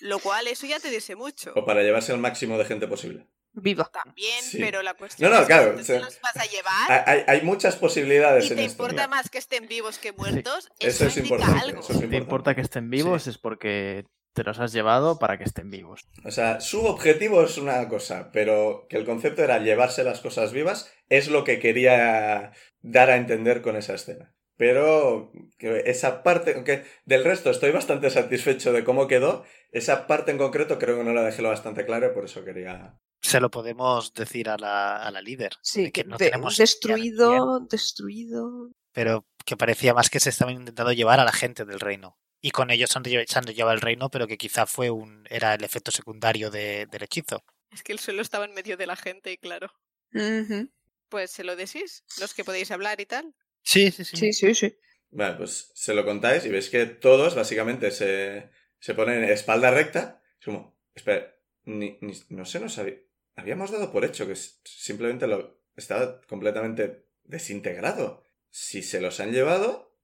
Lo cual eso ya te dice mucho. O para llevarse al máximo de gente posible. Viva. También, Oh, Sí. pero la cuestión No, no, es que claro, si tú o se sea, los vas a llevar Hay, hay- hay muchas posibilidades Ah. y te en esto. importa más que estén vivos que muertos, Eso eso, es indica importante. algo. eso es Si te importa que estén vivos es porque te los has llevado para que estén vivos. O sea, su objetivo es una cosa, pero que el concepto era llevarse las cosas vivas, es lo que quería dar a entender con esa escena. Pero que esa parte, aunque del resto estoy bastante satisfecho de cómo quedó, esa parte en concreto creo que no la dejé lo bastante claro y por eso quería... Se lo podemos decir a la, a la líder. Sí, de que que no de- tenemos idea de destruido, destruido. Pero que parecía más que se estaban intentando llevar a la gente del reino. Y con ellos se han, lle- se han llevado el reino, pero que quizá fue un, era el efecto secundario de- del hechizo. Es que el suelo estaba en medio de la gente y claro, Ujú. pues se lo decís, los que podéis hablar y tal. Sí, sí, sí. Sí, sí, sí. Vale, pues se lo contáis y veis que todos básicamente se, se ponen espalda recta. Es como, espera, ni, ni- no se nos había... Habíamos dado por hecho que s- simplemente lo está completamente desintegrado. Si se los han llevado,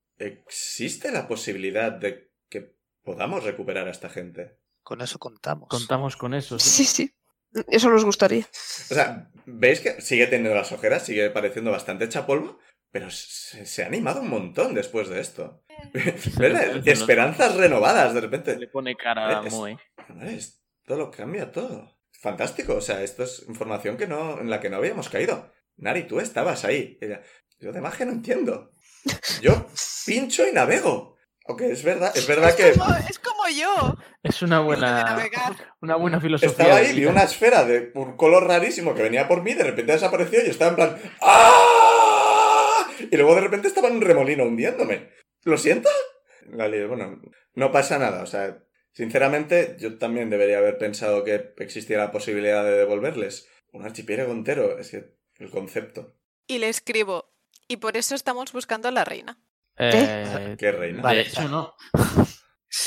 existe la posibilidad de que podamos recuperar a esta gente. Con eso contamos. Contamos con eso. Sí, ¿sí? sí. Eso nos gustaría. O sea, veis que sigue teniendo las ojeras, sigue pareciendo bastante hecha polvo, pero se, se ha animado un montón después de esto. ¿Ves? parecen los- Esperanzas renovadas de repente. Le pone cara a Eh, Es- Moe. Madre, esto lo cambia todo. Fantástico, o sea, esto es información que no, en la que no habíamos caído. Nari, tú estabas ahí. Ella, yo de magia no entiendo. Yo pincho y navego. Aunque es verdad, es verdad que Es como, es como yo, Es una de buena, navegar. una buena filosofía. estaba de ahí, vi vida. una esfera de un color rarísimo que venía por mí, de repente desapareció y estaba en plan. ¡Ah! Y luego de repente estaba en un remolino hundiéndome. ¿Lo siento? La lié, bueno, no pasa nada, o sea, sinceramente yo también debería haber pensado que existía la posibilidad de devolverles. Un archipiélago entero, es que el concepto. Y le escribo, y por eso estamos buscando a la reina. Eh, Qué reina. Vale. de hecho, no.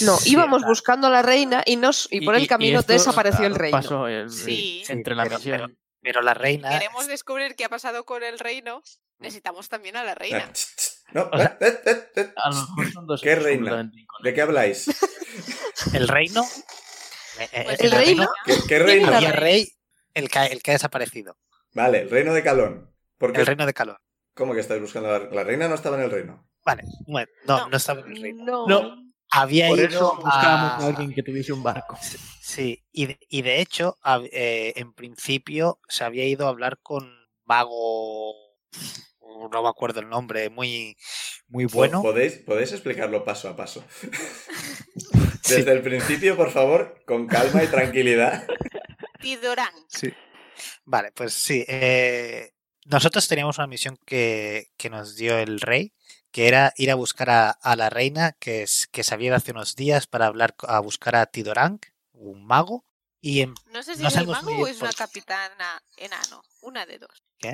No, Sí, íbamos era- buscando a la reina y nos y por Y- el y camino esto desapareció el reino. Pasó el- Sí. entre la Pero- misión. Pero la Ah, reina. Queremos descubrir qué ha pasado con el reino, Mm. necesitamos también a la Ah, reina. tss, tss, No, O sea- eh, eh, eh, eh. A lo mejor son dos Qué hechos reina. completamente inconexos. ¿De qué habláis? El reino. eh, eh, Pues ¿El la reino? ¿Qué, qué reino? la Había rey, el que, el que ha desaparecido. Vale, el reino de Calón. Porque, El reino de calor. ¿Cómo que estáis buscando a la, la reina? No estaba en el reino. Vale, bueno, no, No. no estaba en el reino. No. No. Había Por ido eso buscábamos a- a alguien que tuviese un barco. Sí, y de, y de hecho, a- eh, en principio se había ido a hablar con Vago, no me acuerdo el nombre, muy, muy bueno. ¿Podéis, podéis explicarlo paso a paso. Sí, Desde el principio, por favor, con calma y tranquilidad. Tidorán. sí. Vale, pues sí. eh, nosotros teníamos una misión que, que nos dio el rey, que era ir a buscar a, a la reina que, es, que se había ido hace unos días para hablar co- a buscar a Tidorank, un mago, y en No sé si No es el sabemos mago muy bien o es una por qué. capitana enano, una de dos. La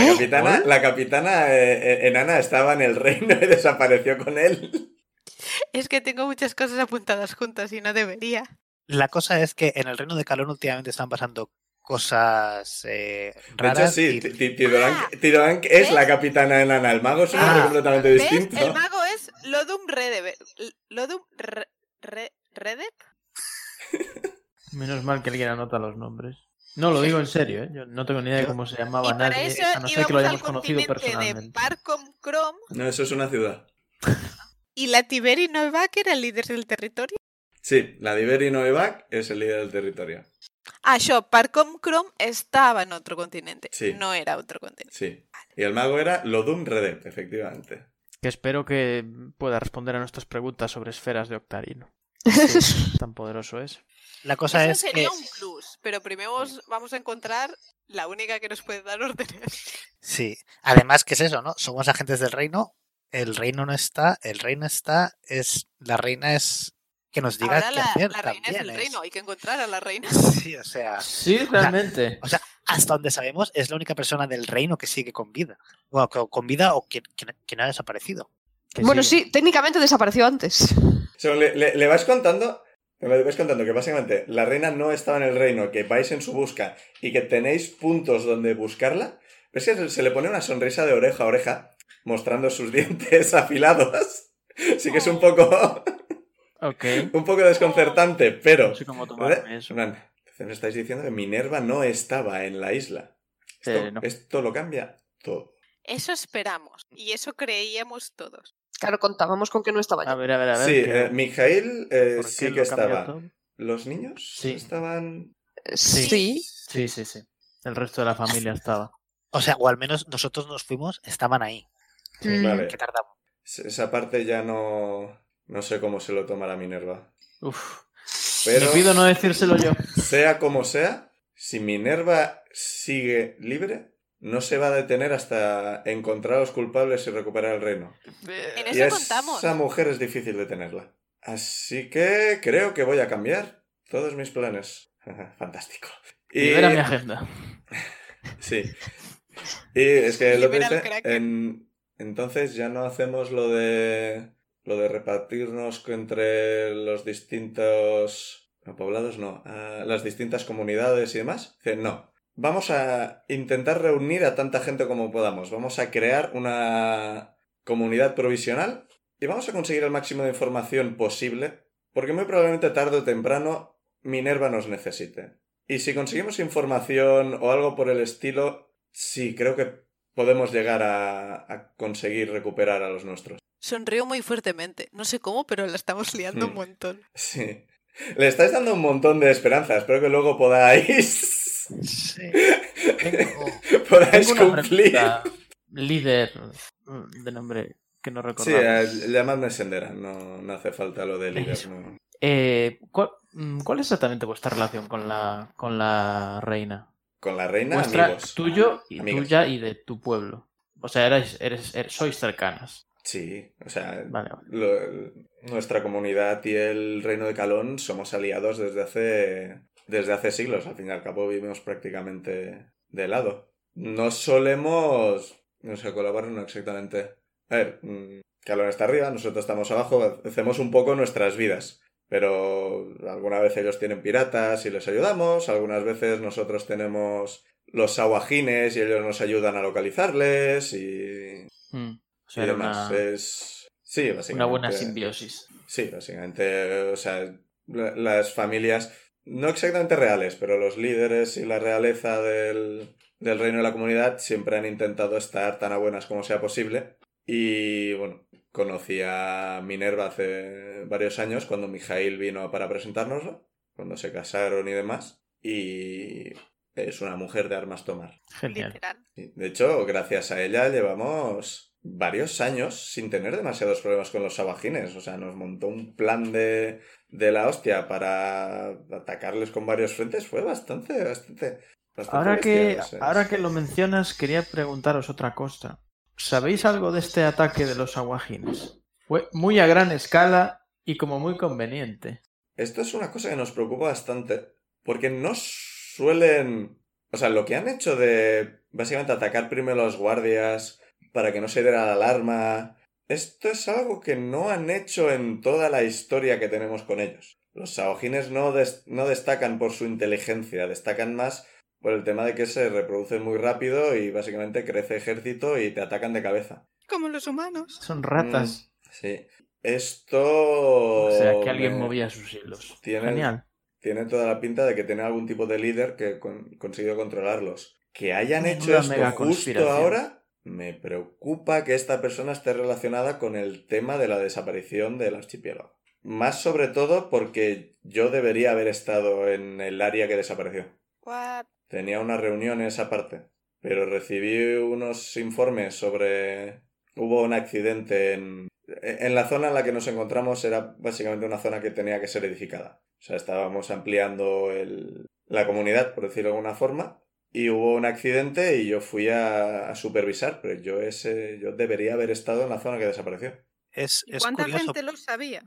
¿Eh? capitana, ¿Gol? la capitana eh, eh, enana estaba en el reino y desapareció con él. Es que tengo muchas cosas apuntadas juntas y no debería. La cosa es que en el reino de Calón últimamente están pasando cosas eh, De hecho, raras. sí, y- Ti- Ti- Tidorank Ah, Tidorank es ¿ves? la capitana enana. El mago es un Ah, hombre completamente ¿Ves? distinto. El mago es Lodum Redeb. Lodum Re- Re- Redeb. Menos mal que alguien anota los nombres. No, lo digo en serio, ¿eh? Yo no tengo ni idea de cómo se llamaba y para nadie, eso a no ser que íbamos lo al hayamos conocido continente de personalmente. Parcom Crom No, eso es una ciudad. y la Tiberi Nova, que era el líder del territorio. Sí, la Diveri Noevac es el líder del territorio. Ah, yo, Parcom Crom estaba en otro continente, Sí. no era otro continente. Sí. Y el mago era Lodum Redep, efectivamente. Que espero que pueda responder a nuestras preguntas sobre esferas de Octarino. Tan poderoso es. La cosa eso es que sería un plus, pero primero os- vamos a encontrar la única que nos puede dar órdenes. Sí, además que es eso, ¿no? Somos agentes del reino, el reino no está, el reino está, es la reina es que nos diga Ahora qué la, hacer la reina es también. el es- reino, hay que encontrar a la reina. Sí, o sea, Sí, realmente. hasta donde sabemos es la única persona del reino que sigue con vida. Bueno, que- con vida o que, que no- que no ha desaparecido. Bueno, sí, técnicamente desapareció antes. O sea, le, le- le vais contando. Le vais contando que básicamente la reina no estaba en el reino, que vais en su busca y que tenéis puntos donde buscarla. Es que se- se le pone una sonrisa de oreja a oreja, mostrando sus dientes afilados. Sí que es un poco, Ok. un poco desconcertante, pero. No sé cómo ¿Vale? tomarme eso. En plan, entonces me estáis diciendo que Minerva no estaba en la isla. Esto, Eh, no. esto lo cambia todo. Eso esperamos y eso creíamos todos. Claro, contábamos con que no estaba A ya. ver, a ver, a ver. sí, que- eh, Mijail eh, ¿por qué sí lo que cambia estaba. todo? ¿Los niños Sí. estaban...? Sí. Sí, sí, sí. El resto de la familia estaba. O sea, o al menos nosotros nos fuimos, estaban ahí. Mm. Vale. Que tardamos. Es- Esa parte ya no... No sé cómo se lo tomará Minerva. Uf. Pero Le pido no decírselo yo. sea como sea, si Minerva sigue libre, no se va a detener hasta encontrar a los culpables y recuperar el reino. En Y eso a contamos. esa mujer es difícil detenerla. Así que creo que voy a cambiar todos mis planes. Fantástico. Y, Libera mi agenda. sí. Y es que lo que Libera al dice, Kraken. en- entonces ya no hacemos lo de lo de repartirnos entre los distintos no, poblados, no, ah, las distintas comunidades y demás. Dice, no. Vamos a intentar reunir a tanta gente como podamos. Vamos a crear una comunidad provisional y vamos a conseguir el máximo de información posible, porque muy probablemente tarde o temprano Minerva nos necesite. Y si conseguimos información o algo por el estilo, sí, creo que podemos llegar a, a conseguir recuperar a los nuestros. Sonrío muy fuertemente. No sé cómo, pero la estamos liando Mm. un montón. Sí. Le estáis dando un montón de esperanza. Espero que luego podáis, Sí. Tengo- podáis Tengo una cumplir. pregunta, líder mm, de nombre que no Sí, recordaba. eh, llamadme Sendera. No, no hace falta lo de líder. no. Eh, ¿cuál, mm, cuál es exactamente vuestra relación con la, con la reina? Con la reina, Vuestra, amigos. tuyo y Amigas. tuya y de tu pueblo. O sea, erais, eres, er- sois cercanas. Sí, o sea, Vale, vale. Lo- nuestra comunidad y el reino de Calón somos aliados desde hace, desde hace siglos. Al fin y al cabo vivimos prácticamente de lado. No solemos... No sé, colaborar no exactamente. A ver, mm, Calón está arriba, nosotros estamos abajo, hacemos un poco nuestras vidas. Pero alguna vez ellos tienen piratas y les ayudamos, algunas veces nosotros tenemos los aguajines y ellos nos ayudan a localizarles y, Mm. O sea, y era demás. una, Es... Sí, básicamente. eh, una buena simbiosis. Sí, básicamente, o sea, la- las familias, no exactamente reales, pero los líderes y la realeza del, del reino de la comunidad siempre han intentado estar tan a buenas como sea posible. Y bueno, conocí a Minerva hace varios años cuando Mijail vino para presentárnoslo, cuando se casaron y demás. Y es una mujer de armas tomar. Genial. Literal. Sí, De hecho, gracias a ella llevamos varios años sin tener demasiados problemas con los sabajines. O sea, nos montó un plan de, de la hostia para atacarles con varios frentes. Fue bastante, bastante. bastante Ahora que, bestia, o sea, ahora que lo mencionas, quería preguntaros otra cosa. ¿Sabéis algo de este ataque de los aguajines? Fue muy a gran escala y como muy conveniente. Esto es una cosa que nos preocupa bastante, porque no suelen... O sea, lo que han hecho de básicamente atacar primero a los guardias para que no se diera la alarma, esto es algo que no han hecho en toda la historia que tenemos con ellos. Los saojines no, des- no destacan por su inteligencia, destacan más por el tema de que se reproducen muy rápido y básicamente crece ejército y te atacan de cabeza. Como los humanos. Son ratas. Mm, sí. Esto... O sea, que alguien me- movía sus hilos. Tienen- Genial. Tiene toda la pinta de que tiene algún tipo de líder que con- consiguió controlarlos. Que hayan Una hecho esto mega justo conspiración. ahora, me preocupa que esta persona esté relacionada con el tema de la desaparición del archipiélago. Más sobre todo porque yo debería haber estado en el área que desapareció. What? Tenía una reunión en esa parte, pero recibí unos informes sobre... Hubo un accidente en... En la zona en la que nos encontramos era básicamente una zona que tenía que ser edificada. O sea, estábamos ampliando el... la comunidad, por decirlo de alguna forma, y hubo un accidente y yo fui a, a supervisar, pero yo ese yo debería haber estado en la zona que desapareció. Es, ¿Y es cuánta curioso. gente lo sabía?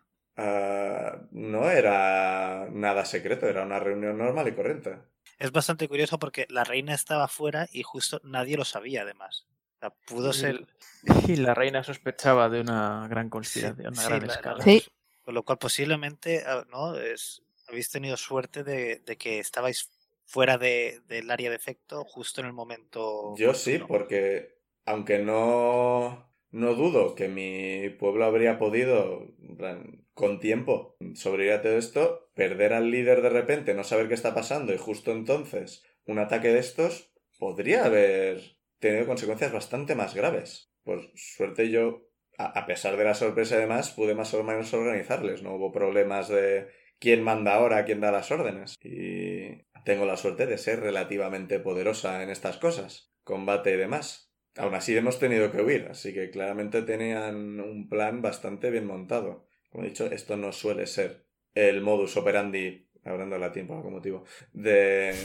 Ah, no era nada secreto, era una reunión normal y corriente. Es bastante curioso porque la reina estaba fuera y justo nadie lo sabía, además. O sea, pudo Mm. ser. Y la reina sospechaba de una gran conspiración a sí, gran la- la- escala. Sí. Con lo cual, posiblemente, ah, ¿no? Es, habéis tenido suerte de, de que estabais fuera de- del área de efecto justo en el momento. Yo sí, oportuno. porque aunque no, no dudo que mi pueblo habría podido, en plan, con tiempo, sobrevivir a todo esto, perder al líder de repente, no saber qué está pasando y justo entonces un ataque de estos podría haber tenido consecuencias bastante más graves. Por suerte yo, a, a pesar de la sorpresa y demás, pude más o menos organizarles. No hubo problemas de quién manda ahora, quién da las órdenes. Y tengo la suerte de ser relativamente poderosa en estas cosas, combate y demás. Aún así hemos tenido que huir, así que claramente tenían un plan bastante bien montado. Como he dicho, esto no suele ser el modus operandi, hablando en latín por algún motivo, de,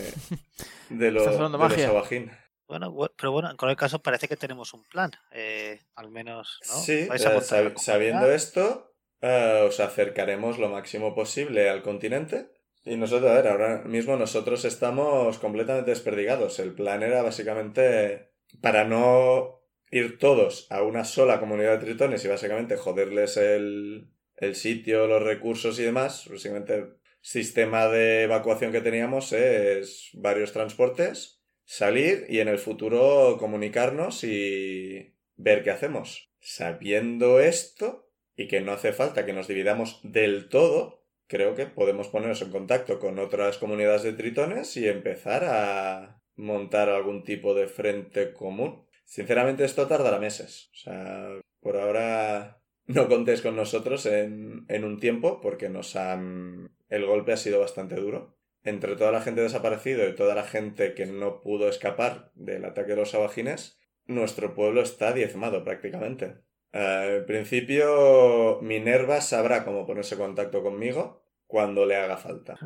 de, lo- Estás hablando de los magia. Sabajín. Bueno, bu- pero bueno, en cualquier caso parece que tenemos un plan. eh, al menos, ¿no? Sí, Vais a eh, montar la sab- sabiendo comunidad. esto, eh, os acercaremos lo máximo posible al continente. Y nosotros, a ver, ahora mismo nosotros estamos completamente desperdigados. El plan era básicamente para no ir todos a una sola comunidad de tritones y básicamente joderles el, el sitio, los recursos y demás. Básicamente el sistema de evacuación que teníamos es varios transportes, salir y en el futuro comunicarnos y, ver qué hacemos. Sabiendo esto, y que no hace falta que nos dividamos del todo, creo que podemos ponernos en contacto con otras comunidades de tritones y empezar a montar algún tipo de frente común. Sinceramente, esto tardará meses. O sea, por ahora no contéis con nosotros en, en un tiempo porque nos han... el golpe ha sido bastante duro. Entre toda la gente desaparecida y toda la gente que no pudo escapar del ataque de los sabajines, nuestro pueblo está diezmado prácticamente. Eh, en principio, Minerva sabrá cómo ponerse en contacto conmigo cuando le haga falta.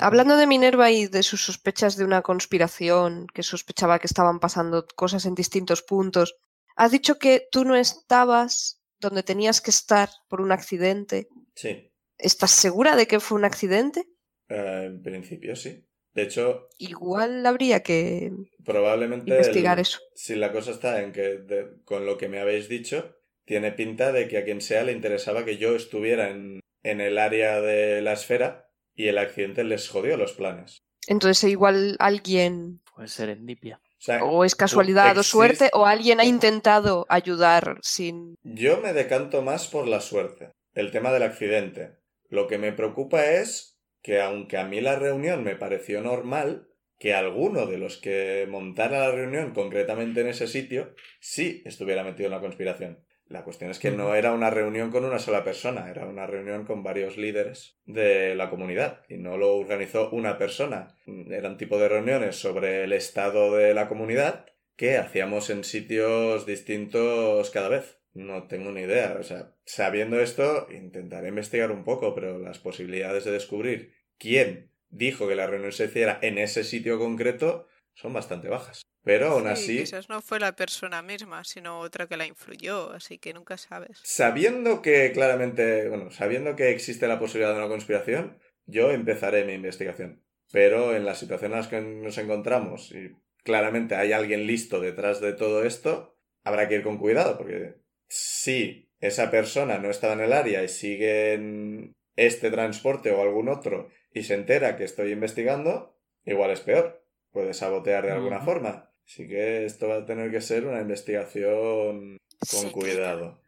Hablando de Minerva y de sus sospechas de una conspiración, que sospechaba que estaban pasando cosas en distintos puntos, has dicho que tú no estabas donde tenías que estar por un accidente. Sí, ¿Estás segura de que fue un accidente? eh, en principio sí. De hecho, Igual habría que probablemente el- investigar eso. si la cosa está en que de- con lo que me habéis dicho, tiene pinta de que a quien sea le interesaba que yo estuviera en, en el área de la esfera y el accidente les jodió los planes. Entonces igual alguien, Puede ser endipia. O sea, o Oh, es casualidad o exist- suerte, o alguien ha intentado ayudar sin... Yo me decanto más por la suerte, el tema del accidente. Lo que me preocupa es que aunque a mí la reunión me pareció normal, que alguno de los que montara la reunión concretamente en ese sitio sí estuviera metido en la conspiración. La cuestión es que no era una reunión con una sola persona, era una reunión con varios líderes de la comunidad y no lo organizó una persona. Eran tipo de reuniones sobre el estado de la comunidad que hacíamos en sitios distintos cada vez. No tengo ni idea. O sea, sabiendo esto, intentaré investigar un poco, pero las posibilidades de descubrir quién dijo que la reunión se hiciera en ese sitio concreto son bastante bajas. Pero aún Sí, así, Quizás no fue la persona misma, sino otra que la influyó, así que nunca sabes. sabiendo que claramente, bueno, sabiendo que existe la posibilidad de una conspiración, yo empezaré mi investigación. Pero en la situación en la que nos encontramos, y claramente hay alguien listo detrás de todo esto, habrá que ir con cuidado, porque si esa persona no estaba en el área y sigue en este transporte o algún otro y se entera que estoy investigando, igual es peor. Puede sabotear de alguna Ujú. forma. Así que esto va a tener que ser una investigación con Secreta. cuidado.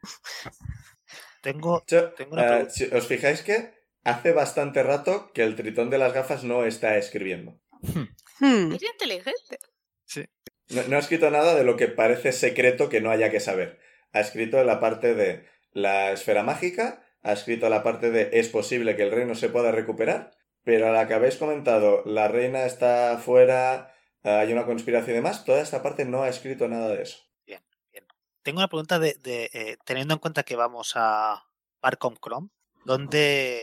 Tengo, Cho- Tengo una eh, pregunta. si- ¿Os fijáis que Hace bastante rato que el tritón de las gafas no está escribiendo. Hmm, Es inteligente. No, no ha escrito nada de lo que parece secreto que no haya que saber. Ha escrito la parte de la esfera mágica, ha escrito la parte de es posible que el reino se pueda recuperar, pero a la que habéis comentado, la reina está fuera, eh, hay una conspiración y demás, toda esta parte no ha escrito nada de eso. Tengo una pregunta de, de, eh, teniendo en cuenta que vamos a Barcom Chrome, ¿dónde,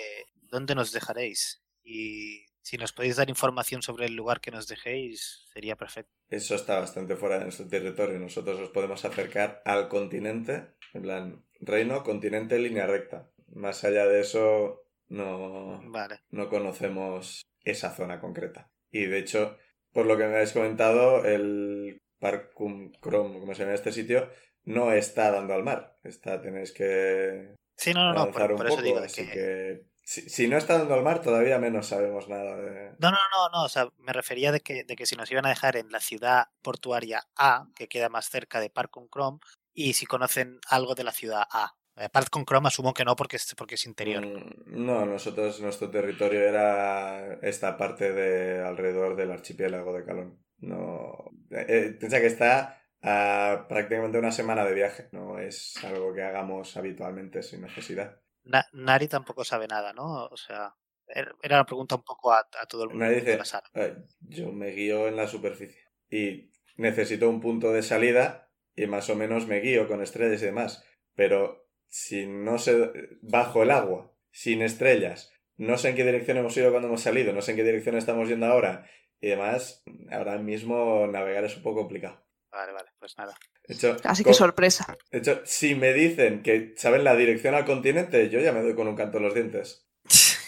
¿dónde nos dejaréis? Y si nos podéis dar información sobre el lugar que nos dejéis, sería perfecto. Eso está bastante fuera de nuestro territorio. Nosotros os podemos acercar al continente, en plan, reino, continente, línea recta. Más allá de eso, no, Vale. no conocemos esa zona concreta. Y de hecho, por lo que me habéis comentado, el Parcum Crom, como se llama este sitio, no está dando al mar. Está, tenéis que Sí, no, no, no, avanzar por, un por poco. eso digo de así que... que si, si no está dando al mar, todavía menos sabemos nada de. No, no, no, no, o sea, me refería de que, de que si nos iban a dejar en la ciudad portuaria A, que queda más cerca de Parcon Chrome, y si conocen algo de la ciudad A. Eh, Parcon Chrome asumo que no porque es, porque es interior. Mm, No, nosotros, nuestro territorio era esta parte de alrededor del archipiélago de Calón. No. eh, eh, piensa que está a prácticamente una semana de viaje. No es algo que hagamos habitualmente sin necesidad. Na- Nari tampoco sabe nada, ¿no? O sea, er- era una pregunta un poco a, a todo el mundo Nari de dice, la sala. "Eh, yo me guío en la superficie y necesito un punto de salida y más o menos me guío con estrellas y demás. Pero si no sé, bajo el agua, sin estrellas, no sé en qué dirección hemos ido cuando hemos salido, no sé en qué dirección estamos yendo ahora y demás, ahora mismo navegar es un poco complicado. Vale, vale, pues nada. De hecho, Así co- que sorpresa. de hecho, si me dicen que saben la dirección al continente, yo ya me doy con un canto en los dientes.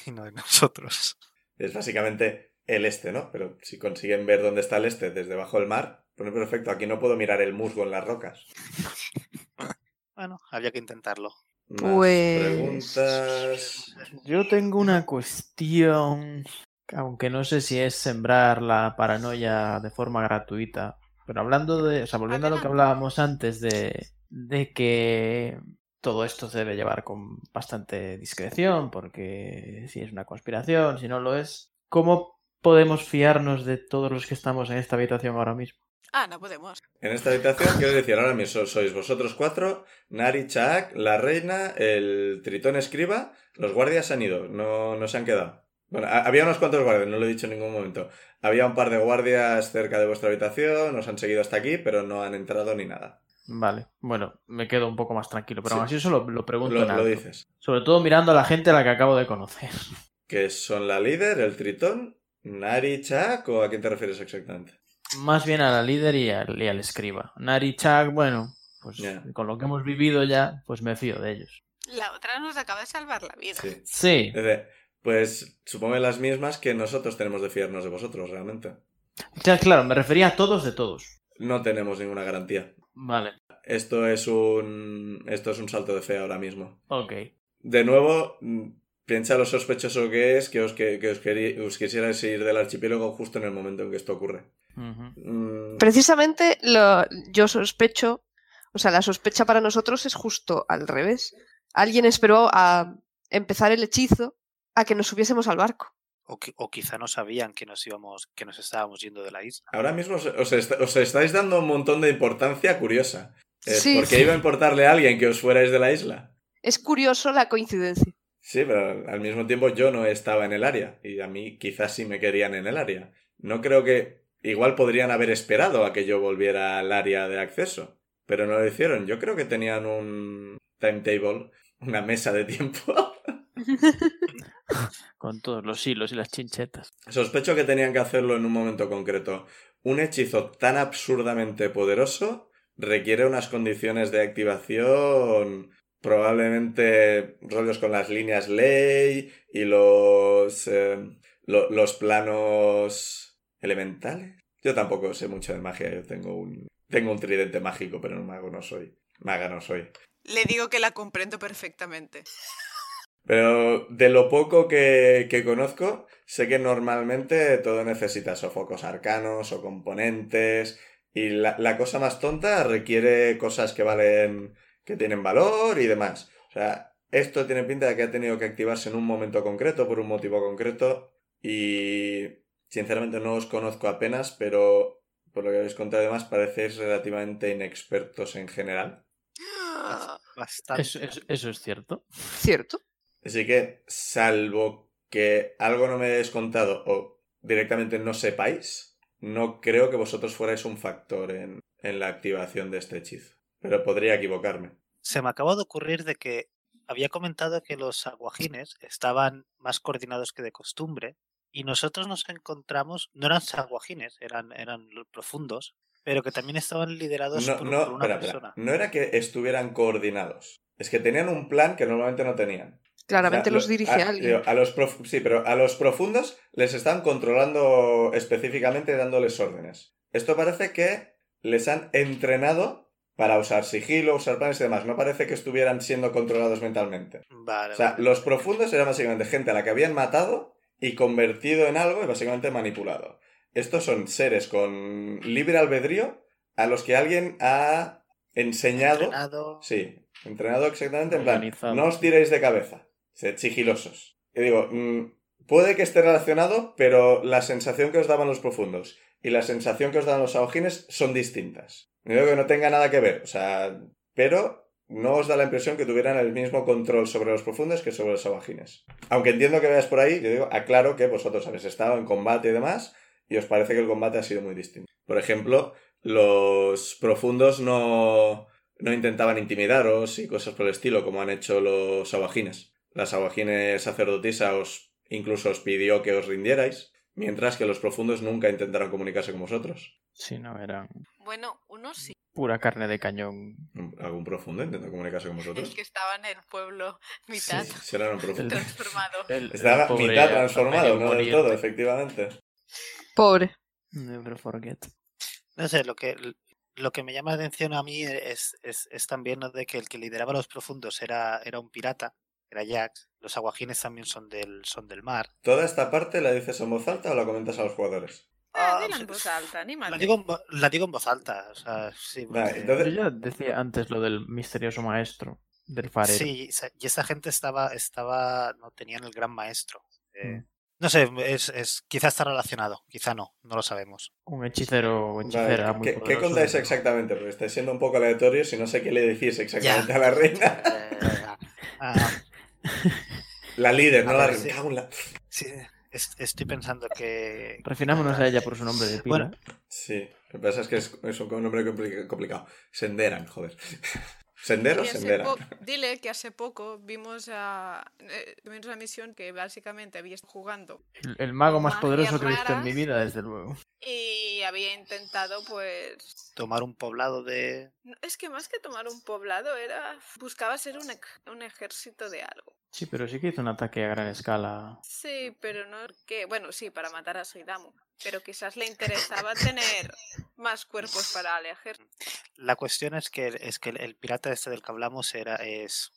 y no de nosotros. Es básicamente el este, ¿no? Pero si consiguen ver dónde está el este desde bajo el mar, pone perfecto. Aquí no puedo mirar el musgo en las rocas. Bueno, había que intentarlo. Más Pues- Preguntas. Yo tengo una cuestión, aunque no sé si es sembrar la paranoia de forma gratuita, pero hablando de, o sea, volviendo a lo que hablábamos antes de, de que todo esto se debe llevar con bastante discreción, porque si es una conspiración, si no lo es, ¿cómo podemos fiarnos de todos los que estamos en esta habitación ahora mismo? Ah, no podemos. En esta habitación, quiero decir, ahora mismo sois vosotros cuatro, Nari, Chaak, la reina, el tritón escriba, los guardias se han ido, no, no se han quedado. Bueno, ha- había unos cuantos guardias, no lo he dicho en ningún momento. Había un par de guardias cerca de vuestra habitación, nos han seguido hasta aquí, pero no han entrado ni nada. Vale, bueno, me quedo un poco más tranquilo, pero Sí. aún así eso lo, lo pregunto Lo- en alto. lo dices. Sobre todo mirando a la gente a la que acabo de conocer. que son la líder, el tritón, Nari, Chak, o a quién te refieres exactamente? Más bien a la líder y al, y al escriba. Nari Chak, bueno, pues Ya. con lo que hemos vivido ya, pues me fío de ellos. La otra nos acaba de salvar la vida. Sí. Sí, Dice, Pues supongo que las mismas que nosotros tenemos de fiarnos de vosotros, realmente. ya, claro, me refería a todos de todos. No tenemos ninguna garantía. Vale, Esto es un. Esto es un salto de fe ahora mismo. ok. De nuevo, mm, piensa lo sospechoso que es que os, que, que os, queri- os quisierais ir del archipiélago justo en el momento en que esto ocurre. Ujú. Mm, Precisamente lo, yo sospecho, o sea, la sospecha para nosotros es justo al revés. Alguien esperó a empezar el hechizo a que nos subiésemos al barco. O, qui- o quizá no sabían que nos íbamos, que nos estábamos yendo de la isla. Ahora mismo os, os est- os estáis dando un montón de importancia curiosa. Es Sí, porque sí. iba a importarle a alguien que os fuerais de la isla. Es curioso la coincidencia. Sí, pero al mismo tiempo yo no estaba en el área y a mí quizás sí me querían en el área. No creo que... Igual podrían haber esperado a que yo volviera al área de acceso, pero no lo hicieron. Yo creo que tenían un timetable, una mesa de tiempo. Con todos los hilos y las chinchetas. Sospecho que tenían que hacerlo en un momento concreto. Un hechizo tan absurdamente poderoso requiere unas condiciones de activación probablemente rollos con las líneas ley y los eh, lo- los planos elementales. Yo tampoco sé mucho de magia, yo tengo un tengo un tridente mágico, pero no mago no soy. Maga no soy. Le digo que la comprendo perfectamente. Pero de lo poco que, que conozco, sé que normalmente todo necesita sofocos arcanos o componentes. Y la, la cosa más tonta requiere cosas que valen, que tienen valor y demás. O sea, Esto tiene pinta de que ha tenido que activarse en un momento concreto, por un motivo concreto, y sinceramente no os conozco apenas, pero por lo que habéis contado además parecéis relativamente inexpertos en general. Bastante. Eso, eso- eso es cierto. ¿Cierto? Así que, salvo que algo no me hayáis contado o directamente no sepáis, no creo que vosotros fuerais un factor en, en la activación de este hechizo. Pero podría equivocarme. Se me acaba de ocurrir de que había comentado que los aguajines estaban más coordinados que de costumbre y nosotros nos encontramos, no eran aguajines, eran, eran profundos, pero que también estaban liderados No, por, no, por una espera, espera. persona. No era que estuvieran coordinados. Es que tenían un plan que normalmente no tenían. Claramente O sea, los lo- ah, dirige a- alguien. digo, a los prof- sí, pero a los profundos les están controlando específicamente y dándoles órdenes. Esto parece que les han entrenado para usar sigilo, usar planes y demás. No parece que estuvieran siendo controlados mentalmente. Vale, O sea, vale. los profundos eran básicamente gente a la que habían matado y convertido en algo y básicamente manipulado. Estos son seres con libre albedrío a los que alguien ha enseñado. Entrenado. Sí, entrenado exactamente en plan. Organizado. No os tiréis de cabeza, sed sigilosos. Y digo, mm, puede que esté relacionado, pero la sensación que os daban los profundos y la sensación que os daban los aguajines son distintas. No digo que no tenga nada que ver, o sea, pero no os da la impresión que tuvieran el mismo control sobre los profundos que sobre los aguajines. Aunque entiendo que veas por ahí, yo digo, aclaro que vosotros habéis estado en combate y demás, y os parece que el combate ha sido muy distinto. Por ejemplo, los profundos no, no intentaban intimidaros y cosas por el estilo, como han hecho los abajines. Las abajines sacerdotisa os incluso os pidió que os rindierais, mientras que los profundos nunca intentaron comunicarse con vosotros. Si no, eran Bueno, uno sí. pura carne de cañón. ¿Algún profundo intentó comunicarse con vosotros? El que estaba en el pueblo mitad Sí, será un profundo. transformado. El- el Estaba pobre mitad transformado, medio no del moriente. todo, efectivamente. Pobre. Never forget. No sé, lo que, lo que me llama la atención a mí es, es, es también lo de que el que lideraba los profundos era, era un pirata, era Jax. Los aguajines también son del, son del mar. ¿Toda esta parte la dices en voz alta o la comentas a los jugadores? Ah, Ah, dila en pues- voz alta, anímate. La digo, en vo- la digo en voz alta. O sea, sí, Vale, porque- entonces- Yo ya decía antes lo del misterioso maestro del farero. Sí, esa- y esa gente estaba, estaba, no tenían el gran maestro. eh, Mm. No sé, es, es, quizá está relacionado, quizá no, no lo sabemos. Un hechicero o Vale, hechicera. muy ¿Qué, qué poderoso. contáis exactamente? Porque estáis siendo un poco aleatorios y no sé qué le decís exactamente a la reina. Eh, ah, La líder, A no la ver, reina. sí. Cago en la- sí, es- estoy pensando que, Refinámonos a ella por su nombre de pila. Bueno. Sí, lo que pasa es que es, es un nombre compli- complicado. Senderan, joder. ¿Sendero? Que hace Senderan. po- Dile que hace poco vimos a, eh, tuvimos una misión que básicamente había estado jugando el, el mago más Magias poderoso que he visto en raras. mi vida, desde luego. y había intentado pues... tomar un poblado de... no, Es que más que tomar un poblado era... Buscaba ser un, ej- un ejército de algo. Sí, pero sí que hizo un ataque a gran escala. Sí, pero no que... Bueno, sí, para matar a Soidamu. Pero quizás le interesaba tener más cuerpos para el ejército. La cuestión es que, es que el, el pirata este del que hablamos era, es...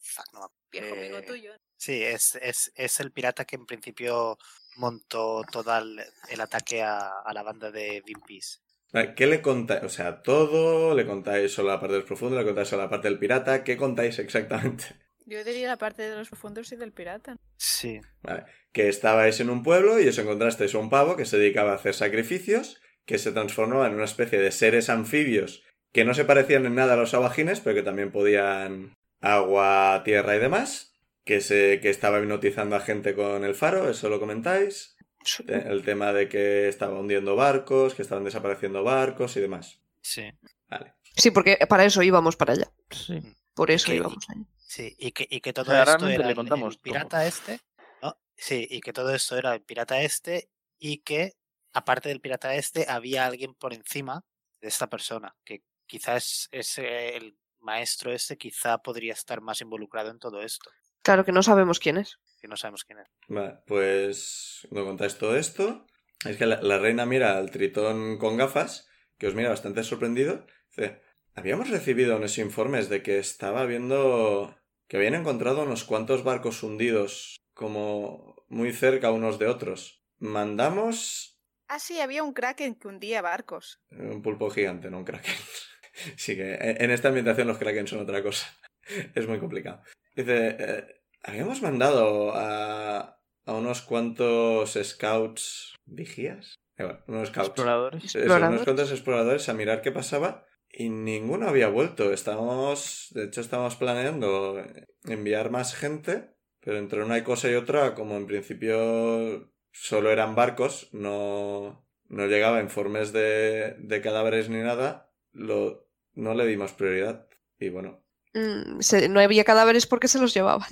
Fuck, no me Viejo amigo Eh, tuyo. Sí, es, es, es el pirata que en principio montó todo el, el ataque a, a la banda de Vimpis. Vale, ¿Qué le contáis? O sea, todo, le contáis solo la parte del profundo, le contáis solo la parte del pirata, ¿qué contáis exactamente? Yo diría la parte de los profundos y del pirata. Sí. Vale, que estabais en un pueblo y os encontrasteis a un pavo que se dedicaba a hacer sacrificios, que se transformaba en una especie de seres anfibios que no se parecían en nada a los abajines, pero que también podían agua, tierra y demás, que, se, que estaba hipnotizando a gente con el faro, eso lo comentáis. Te- ¿eh? El tema de que estaba hundiendo barcos, que estaban desapareciendo barcos y demás. Sí. Sí, porque para eso íbamos para allá. Sí. Por eso Que- íbamos allá. Sí, y que, y que todo sea, esto realmente era le el- el contamos todo. pirata este, ¿no? Sí, y que todo esto era el pirata este y que aparte del pirata este había alguien por encima de esta persona, que quizás es eh, el maestro este quizá podría estar más involucrado en todo esto, Claro que no sabemos quién es. que no sabemos quién es. Vale, pues cuando contáis todo esto, es que la, la reina mira al tritón con gafas, que os mira bastante sorprendido. Dice, habíamos recibido unos informes de que estaba habiendo... que habían encontrado unos cuantos barcos hundidos, como muy cerca unos de otros. Mandamos Ah, sí, había un kraken que hundía barcos. un pulpo gigante, no un kraken. Así que en en esta ambientación los kraken son otra cosa. Es muy complicado. Dice, eh, habíamos mandado a, a unos cuantos scouts vigías. Eh, bueno, unos scouts. Exploradores. Eso, Exploradores. unos cuantos exploradores a mirar qué pasaba y ninguno había vuelto. Estábamos, de hecho, estábamos planeando enviar más gente, pero entre una cosa y otra, como en principio solo eran barcos, no, no llegaba informes de, de cadáveres ni nada, lo, no le dimos prioridad. Y bueno, Mm, se- no había cadáveres porque se los llevaban.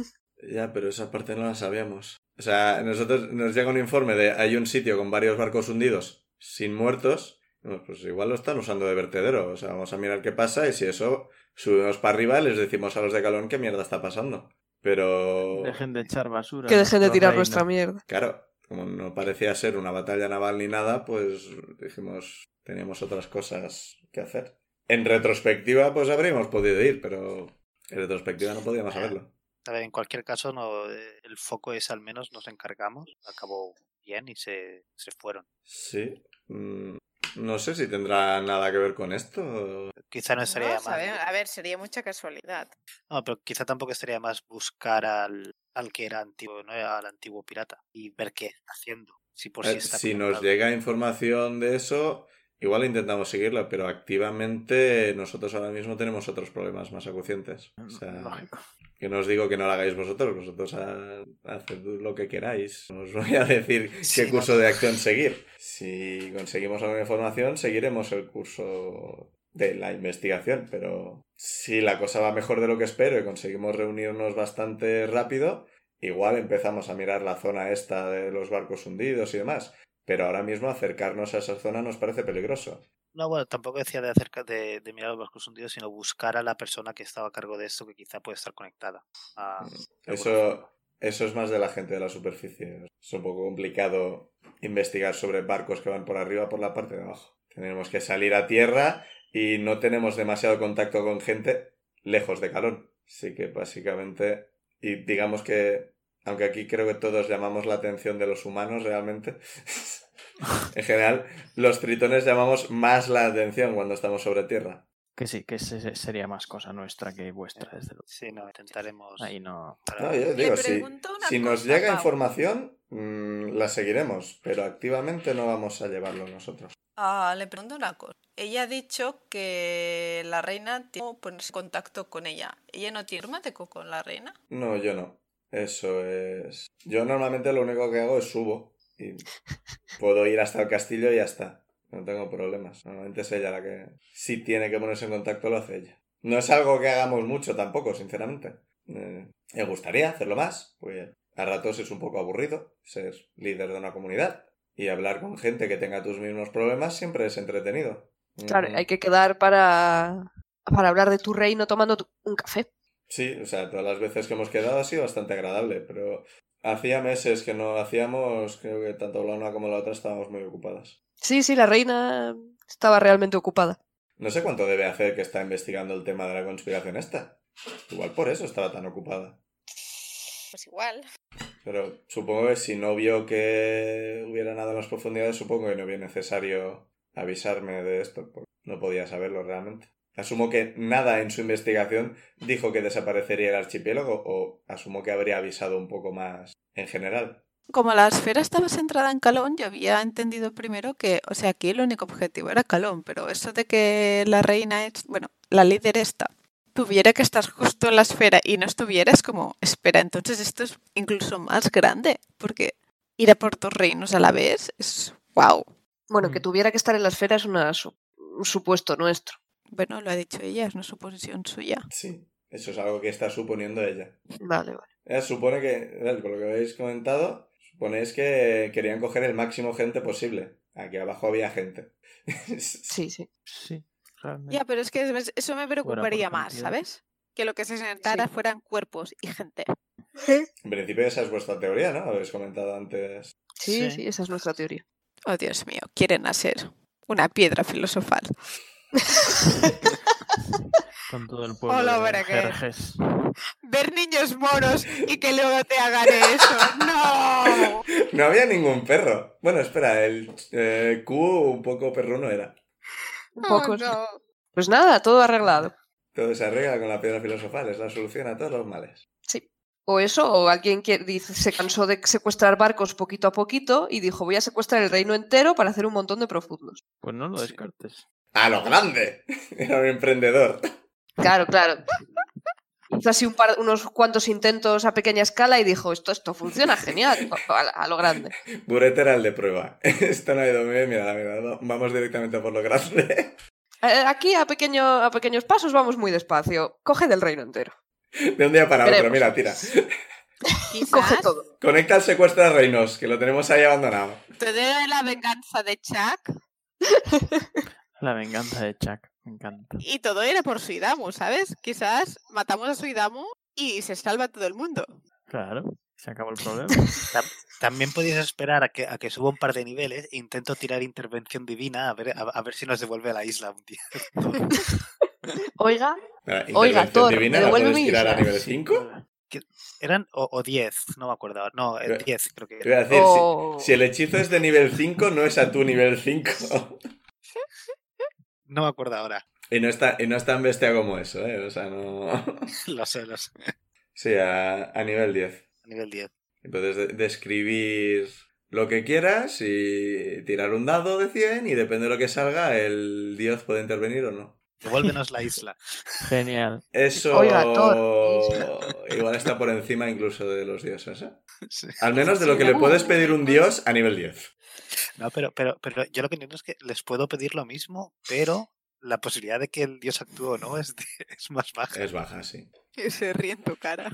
ya, pero esa parte no la sabíamos. O sea, nosotros nos llega un informe de hay un sitio con varios barcos hundidos sin muertos. Pues, pues igual lo están usando de vertedero. O sea, vamos a mirar qué pasa y si eso, subimos para arriba y les decimos a los de Calón qué mierda está pasando. Pero... Dejen de echar basura. Que dejen de nuestro tirar reino. nuestra mierda. Claro, como no parecía ser una batalla naval ni nada, pues dijimos, teníamos otras cosas que hacer. En retrospectiva, pues habríamos podido ir, pero en retrospectiva no podíamos saberlo. A ver, en cualquier caso, no, eh, el foco es al menos nos encargamos. Acabó bien y se, se fueron. Sí. mm, No sé si tendrá nada que ver con esto. Quizá no estaría No de más. sabe- a ver, sería mucha casualidad. No, pero quizá tampoco estaría de más buscar al, al que era antiguo, ¿no? Al antiguo pirata y ver qué está haciendo. Si por si Eh, está si nos conectado. llega información de eso, igual intentamos seguirla, pero activamente nosotros ahora mismo tenemos otros problemas más acucientes. O sea, Mm, Lógico. Que no os digo que no lo hagáis vosotros, vosotros ha- haced lo que queráis. No os voy a decir Sí, qué no. curso de acción seguir. Si conseguimos alguna información, seguiremos el curso de la investigación, pero si la cosa va mejor de lo que espero y conseguimos reunirnos bastante rápido, igual empezamos a mirar la zona esta de los barcos hundidos y demás. Pero ahora mismo acercarnos a esa zona nos parece peligroso. No, bueno, tampoco decía de acerca de, de mirar los barcos hundidos, sino buscar a la persona que estaba a cargo de esto, que quizá puede estar conectada. a- de alguna Mm, Eso, forma. eso es más de la gente de la superficie. Es un poco complicado investigar sobre barcos que van por arriba por la parte de abajo. Tenemos que salir a tierra y no tenemos demasiado contacto con gente lejos de Calón. Así que básicamente, y digamos que, aunque aquí creo que todos llamamos la atención de los humanos realmente, en general, los tritones llamamos más la atención cuando estamos sobre tierra. Que sí, que ese- ese sería más cosa nuestra que vuestra, desde luego. Sí, no, intentaremos. Ahí no. para- No, yo digo, sí. Ah, pregunto una Si nos cosa, llega Pau. información, mm, la seguiremos, pero activamente no vamos a llevarlo nosotros. Ah, le pregunto una cosa. Ella ha dicho que la reina tiene que ponerse en contacto con ella. ¿Ella no tiene informático con la reina? No, yo no. Eso es. Yo normalmente lo único que hago es subo y puedo ir hasta el castillo y ya está. No tengo problemas. Normalmente es ella la que. Si tiene que ponerse en contacto, lo hace ella. No es algo que hagamos mucho tampoco, sinceramente. Eh, me gustaría hacerlo más. Pues a ratos es un poco aburrido ser líder de una comunidad. Y hablar con gente que tenga tus mismos problemas siempre es entretenido. Claro, Mm. hay que quedar para, para hablar de tu reino tomando tu- un café. Sí, o sea, todas las veces que hemos quedado ha sido bastante agradable, pero hacía meses que no lo hacíamos, creo que tanto la una como la otra estábamos muy ocupadas. Sí, sí, la reina estaba realmente ocupada. No sé cuánto debe hacer que está investigando el tema de la conspiración esta. Igual por eso estaba tan ocupada. Pues igual. Pero supongo que si no vio que hubiera nada en las profundidades, supongo que no vio necesario avisarme de esto, porque no podía saberlo realmente. Asumo que nada en su investigación dijo que desaparecería el archipiélago, o asumo que habría avisado un poco más en general. Como la esfera estaba centrada en Calón, yo había entendido primero que, o sea, aquí el único objetivo era Calón, pero eso de que la reina es, bueno, la líder esta, tuviera que estar justo en la esfera y no estuviera, es como, espera, entonces esto es incluso más grande, porque ir a por dos reinos a la vez es, wow. Bueno, que Mm. tuviera que estar en la esfera es una su- un supuesto nuestro. Bueno, lo ha dicho ella, es una suposición suya. Sí, eso es algo que está suponiendo ella. Vale, vale. Ella supone que, eh, por lo que habéis comentado, suponéis que querían coger el máximo gente posible. Aquí abajo había gente. Sí, sí. Sí, realmente. Ya, pero es que es- eso me preocuparía más, cantidad. ¿sabes? Que lo que se sentara Sí. fueran cuerpos y gente. En principio esa es vuestra teoría, ¿no? Habéis comentado antes. Sí, Sí. sí, esa es nuestra teoría. Oh, Dios mío, quieren hacer una piedra filosofal. Con todo el pueblo Hola, de verá que- Jerjes. Ver niños moros y que luego te hagan eso. ¡No! No había ningún perro. Bueno, espera, el eh, Q un poco perruno era. Un poco. Oh, no. Pues nada, todo arreglado. Todo se arregla con la piedra filosofal, es la solución a todos los males. O eso, o alguien que dice, se cansó de secuestrar barcos poquito a poquito y dijo, voy a secuestrar el reino entero para hacer un montón de profundos. Pues no lo descartes. ¡A lo grande! Era un emprendedor. Claro, claro. Hizo así un par- unos cuantos intentos a pequeña escala y dijo, esto, esto funciona genial, a, a lo grande. Buret era el de prueba. Esto no ha ido bien, mira, la verdad, vamos directamente por lo grande. Eh, Aquí a, pequeño, a pequeños pasos vamos muy despacio. Coge del reino entero. De un día para otro, Veremos. mira, tira. Coge Quizás todo. Conecta al secuestro de reinos, que lo tenemos ahí abandonado. todo era la venganza de Chuck La venganza de Chuck, me encanta. y todo era por Suidamu, ¿sabes? Quizás matamos a Suidamu y se salva todo el mundo. Claro, se acabó el problema. También podéis esperar a que, a que suba un par de niveles. Intento tirar intervención divina a ver, a, a ver si nos devuelve a la isla un día. Oiga, Mira, Oiga, intervención Thor, divina, ¿la devuelve puedes mi tirar a isla. nivel 5? Eran o, o 10, no me acuerdo. ahora. No, eh, Pero- 10 creo que Te voy a era. decir, si- o- si, el hechizo es de nivel 5, no es a tu nivel 5. No me acuerdo ahora. Y no, está, y no es tan bestia como eso, ¿eh? O sea, no... Lo sé, lo sé. Sí, a, a nivel 10. A nivel 10. Entonces, de- describir lo que quieras y tirar un dado de 100 y depende de lo que salga, el dios puede intervenir o no. Devuélvenos la isla. Genial. Eso Oiga, Thor. igual está por encima incluso de los dioses, ¿eh? Sí. Al menos de lo que le puedes pedir un dios a nivel 10. No, pero, pero, pero yo lo que entiendo es que les puedo pedir lo mismo, pero la posibilidad de que el dios actúe o no es, de- es más baja. Es baja, sí. Y se ríe en tu cara.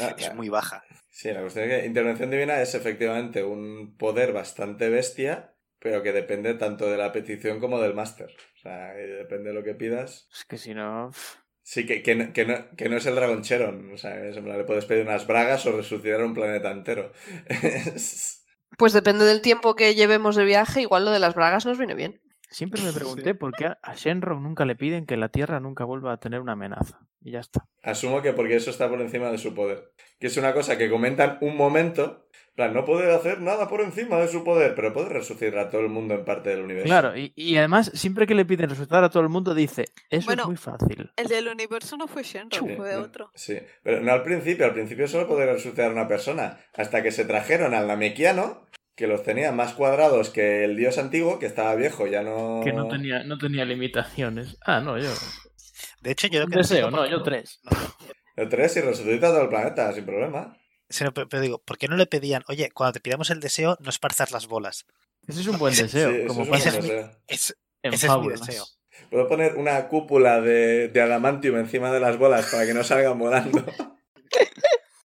Ah, Es ah, muy baja. Sí, la cuestión es que intervención divina es efectivamente un poder bastante bestia, pero que depende tanto de la petición como del máster. O sea, eh, depende de lo que pidas. Es que si no. Sí, que, que, no- que no, que no es el Dragon Cheron. O sea, es en plan, le puedes pedir unas bragas o resucitar un planeta entero. Pues depende del tiempo que llevemos de viaje, igual lo de las bragas nos viene bien. Siempre me pregunté por qué a- a Shenron nunca le piden que la Tierra nunca vuelva a tener una amenaza. Y ya está. Asumo que porque eso está por encima de su poder. Que es una cosa que comentan un momento. en plan, no puede hacer nada por encima de su poder, pero puede resucitar a todo el mundo en parte del universo. Claro, y, y además, siempre que le piden resultar a todo el mundo, dice: Eso Bueno. es muy fácil. El del universo no fue Shenron, Sí, fue no- otro. Sí, pero no al principio. Al principio solo podía resucitar a una persona. Hasta que se trajeron al Namekiano, que los tenía más cuadrados que el dios antiguo, que estaba viejo, ya no... Que no tenía, no tenía limitaciones. Ah, no, yo. De hecho, yo lo Un que no deseo, entiendo no, por- yo tres. El 3 y resucita a todo el planeta, sin problema. Sino, pe- pero digo, ¿por qué no le pedían, oye, cuando te pidamos el deseo, no esparzas las bolas? Ese es un buen deseo. Sí, como eso es pasa un en- deseo. Es, en ese es mi fábulas. deseo. Puedo poner una cúpula de, de adamantium encima de las bolas para que no salgan volando.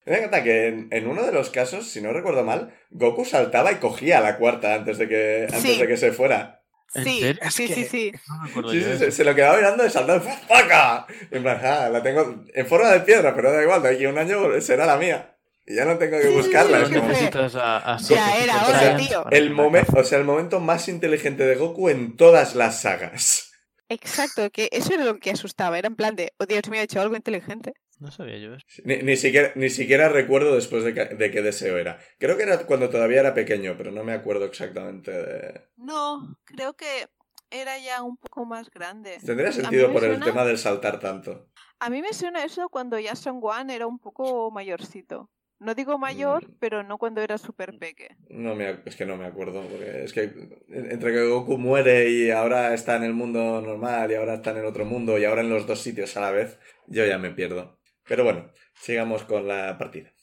Me encanta que en, en uno de los casos, si no recuerdo mal, Goku saltaba y cogía la cuarta antes de que, antes Sí. de que se fuera. ¿En Sí, serio? sí, Es sí, que- sí. No me acuerdo Sí, yo sí, de se, eso. se lo quedaba mirando y saltaba y ¡faca! En plan, ah, la tengo en forma de piedra, pero da igual, de aquí a un año será la mía. Y ya no tengo que Sí, sí, buscarla. sí, es sí, como- sí. Necesitas a, a Ya Soseki era con hora, Giants tío. para que el, la momento, caza. o sea, el momento más inteligente de Goku en todas las sagas. Exacto, que eso era lo que asustaba. Era en plan de, oh Dios mío, he hecho algo inteligente. No sabía yo eso. Ni, ni siquiera, ni siquiera recuerdo después de, que- de qué deseo era. Creo que era cuando todavía era pequeño, pero no me acuerdo exactamente de... No, creo que era ya un poco más grande. Tendría mí sentido me por el suena- tema del saltar tanto. A mí me suena eso cuando ya Son Juan era un poco mayorcito. No digo mayor, Mm. pero no cuando era súper peque. No me, ac- es que no me acuerdo, porque es que en- entre que Goku muere y ahora está en el mundo normal y ahora está en el otro mundo y ahora en los dos sitios a la vez, yo ya me pierdo. Pero bueno, sigamos con la partida.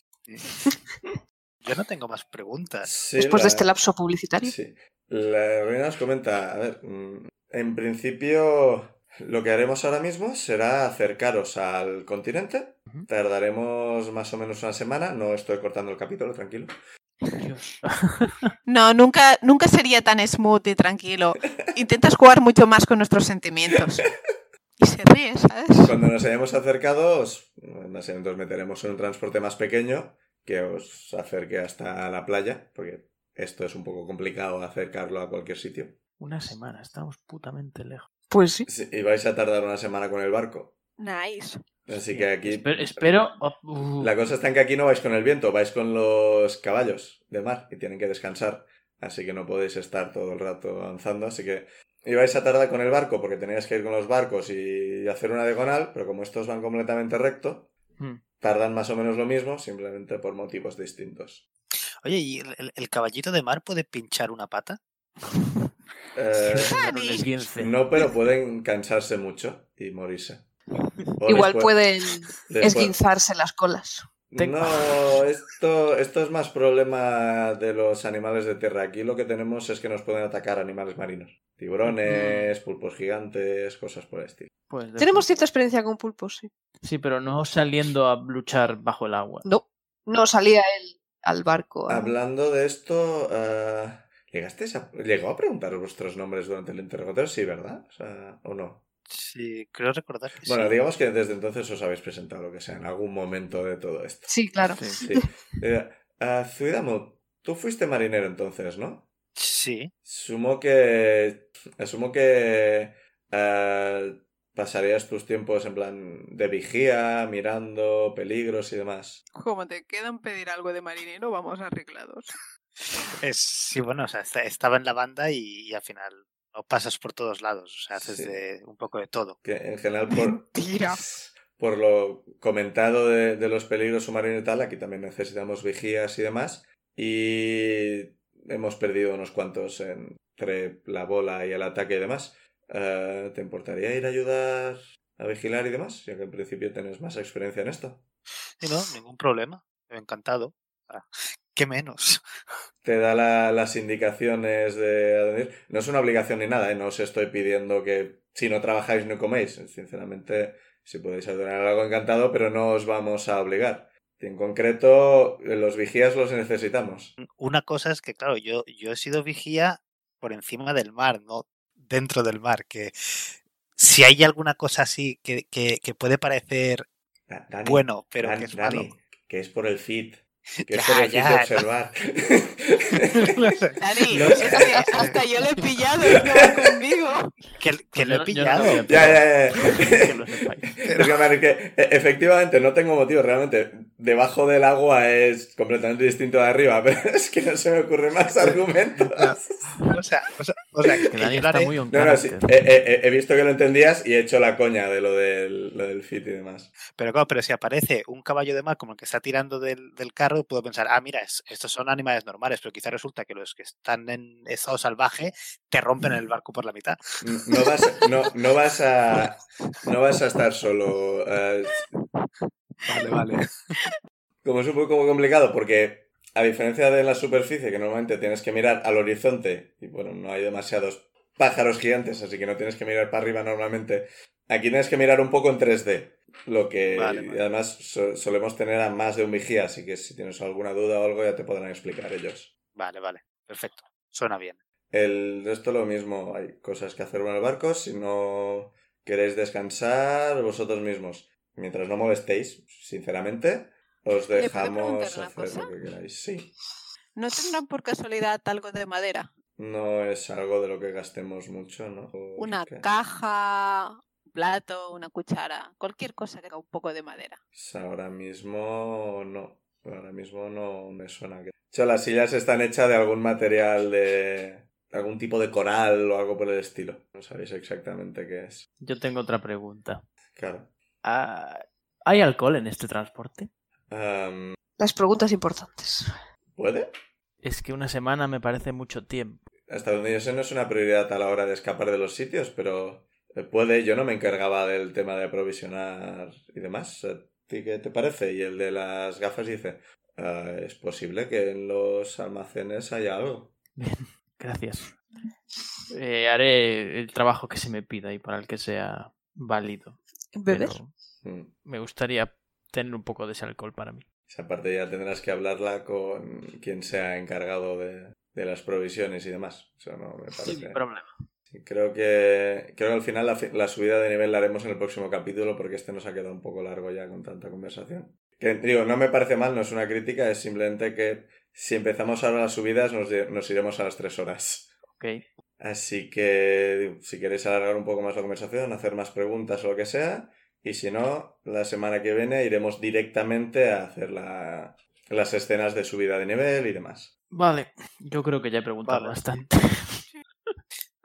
Yo no tengo más preguntas. Sí, Después de la- este lapso publicitario. Sí. La reina nos comenta, a ver, mm, en principio lo que haremos ahora mismo será acercaros al continente. Ujú. Tardaremos más o menos una semana. No estoy cortando el capítulo, tranquilo. Dios. No, nunca, nunca sería tan smooth y tranquilo. Intentas jugar mucho más con nuestros sentimientos. Y se ríe, ¿sabes? Cuando nos hayamos acercado, os, nos nos meteremos en un transporte más pequeño que os acerque hasta la playa, porque esto es un poco complicado acercarlo a cualquier sitio. Una semana, estamos putamente lejos. Pues sí. Sí, y vais a tardar una semana con el barco. Nice. Así que aquí... Espero. espero- oh, uh, La cosa está en que aquí no vais con el viento, vais con los caballos de mar y tienen que descansar. Así que no podéis estar todo el rato avanzando. Así que Ibais a tardar con el barco porque teníais que ir con los barcos y hacer una diagonal, pero como estos van completamente recto, Hmm. tardan más o menos lo mismo, simplemente por motivos distintos. Oye, ¿y el, el- el caballito de mar puede pinchar una pata? Eh, Dar un esguince. no, pero pueden cansarse mucho y morirse. O Igual les pueden les puede- esguinzarse las colas. Te- No, esto, esto es más problema de los animales de tierra. Aquí lo que tenemos es que nos pueden atacar animales marinos. Tiburones, pulpos gigantes, cosas por el estilo. Pues de- Tenemos cierta experiencia con pulpos, sí. Sí, pero no saliendo a luchar bajo el agua. No, no salía él al barco. a- Hablando de esto, eh, ¿llegasteis a, ¿llegó a preguntar vuestros nombres durante el interrogatorio? Sí, ¿verdad? O, sea, ¿o no? Sí, creo recordar que Bueno, sí. digamos que desde entonces os habéis presentado lo que sea en algún momento de todo esto. Sí, claro. Sí. Sí. Eh, ah, Zuidamo, tú fuiste marinero entonces, ¿no? Sí, Sumo que. Asumo que. eh, pasarías tus tiempos en plan de vigía, mirando peligros y demás. Como te quedan pedir algo de marinero, vamos arreglados. es, sí, bueno, o sea, esta- estaba en la banda y, y al final no pasas por todos lados, o sea, haces Sí. de un poco de todo. Que en general, por, Tira. por lo comentado de, de los peligros submarinos y tal, aquí también necesitamos vigías y demás. Y hemos perdido unos cuantos entre la bola y el ataque y demás. Eh, ¿Te importaría ir a ayudar a vigilar y demás? Ya que en principio tienes más experiencia en esto. Y no, ningún problema, encantado. Ah, ¿Qué menos? te da la- las indicaciones de a dónde ir. No es una obligación ni nada, ¿eh? no os estoy pidiendo que si no trabajáis no coméis. Sinceramente, si podéis ayudar en algo encantado, pero no os vamos a obligar. Y en concreto, los vigías los necesitamos. Mm, Una cosa es que, claro, yo, yo he sido vigía por encima del mar, no dentro del mar, que si hay alguna cosa así que, que- que puede parecer Da- Dani, bueno, pero Dan- que es Dani, malo. que es por el fit. Que es Ya, por el fit de ya. observar. Dani, Lo es sé. que hasta yo lo he pillado y no va conmigo. que que lo he Pues yo no- yo no pillado. sabía, pero- ya, ya, ya. que lo sepáis. Es que, Mari, que, e- efectivamente no tengo motivo, realmente. Debajo del agua es completamente distinto de arriba, pero es que no se me ocurre más argumento. O sea, o sea, o sea, Que que Dani yo lo está haré- muy on No, no, sí. character. He, he- he- he visto que lo entendías y he hecho la coña de lo del, lo del fit y demás. Pero claro, pero si aparece un caballo de mar como el que está tirando del, del carro, puedo pensar, ah, mira, es- estos son animales normales, pero quizá resulta que los que están en estado salvaje te rompen el barco por la mitad. N- No vas, no, no vas a. No vas a estar solo. eh, Vale, vale. como es un poco complicado, porque a diferencia de la superficie, que normalmente tienes que mirar al horizonte, y bueno, no hay demasiados pájaros gigantes, así que no tienes que mirar para arriba normalmente. Aquí tienes que mirar un poco en 3D. Lo que Vale, y vale. además so- solemos tener a más de un vigía, así que si tienes alguna duda o algo ya te podrán explicar ellos. Vale, vale. Perfecto. Suena bien. El resto lo mismo, hay cosas que hacer con el barco, si no queréis descansar vosotros mismos. Mientras no molestéis, sinceramente, os ¿Le puedo dejamos preguntar una hacer cosa? lo que queráis. Sí, ¿No tendrán por casualidad algo de madera? no es algo de lo que gastemos mucho, ¿no? O Una que caja, un plato, una cuchara, cualquier cosa que haga un poco de madera. Ahora mismo no, ahora mismo no me suena que... De hecho, las sillas están hechas de algún material de... algún tipo de coral o algo por el estilo. No sabéis exactamente qué es. Yo tengo otra pregunta. Claro. Ah, ¿Hay alcohol en este transporte? Am, Las preguntas importantes. ¿Puede? Es que una semana me parece mucho tiempo. Hasta donde yo sé no es una prioridad a la hora de escapar de los sitios, pero eh, puede, yo no me encargaba del tema de aprovisionar y demás. ¿A ti qué te parece? Y el de las gafas dice, "Ah, es posible que en los almacenes haya algo. Gracias. Eh, haré el trabajo que se me pida y para el que sea válido. ¿Beber? pero Mm. me gustaría tener un poco de ese alcohol para mí. Esa parte ya tendrás que hablarla con quien sea encargado de, de las provisiones y demás. Eso no me parece. Sin problema. Sí, Creo que, creo que al final la, fi- la subida de nivel la haremos en el próximo capítulo porque este nos ha quedado un poco largo ya con tanta conversación. Que digo, no me parece mal, no es una crítica, es simplemente que si empezamos ahora las subidas nos, de- nos iremos a las tres horas. Ok. Así que digo, si queréis alargar un poco más la conversación, hacer más preguntas o lo que sea, y si no, la semana que viene iremos directamente a hacer la- las escenas de subida de nivel y demás. Vale. Yo creo que ya he preguntado Vale. bastante.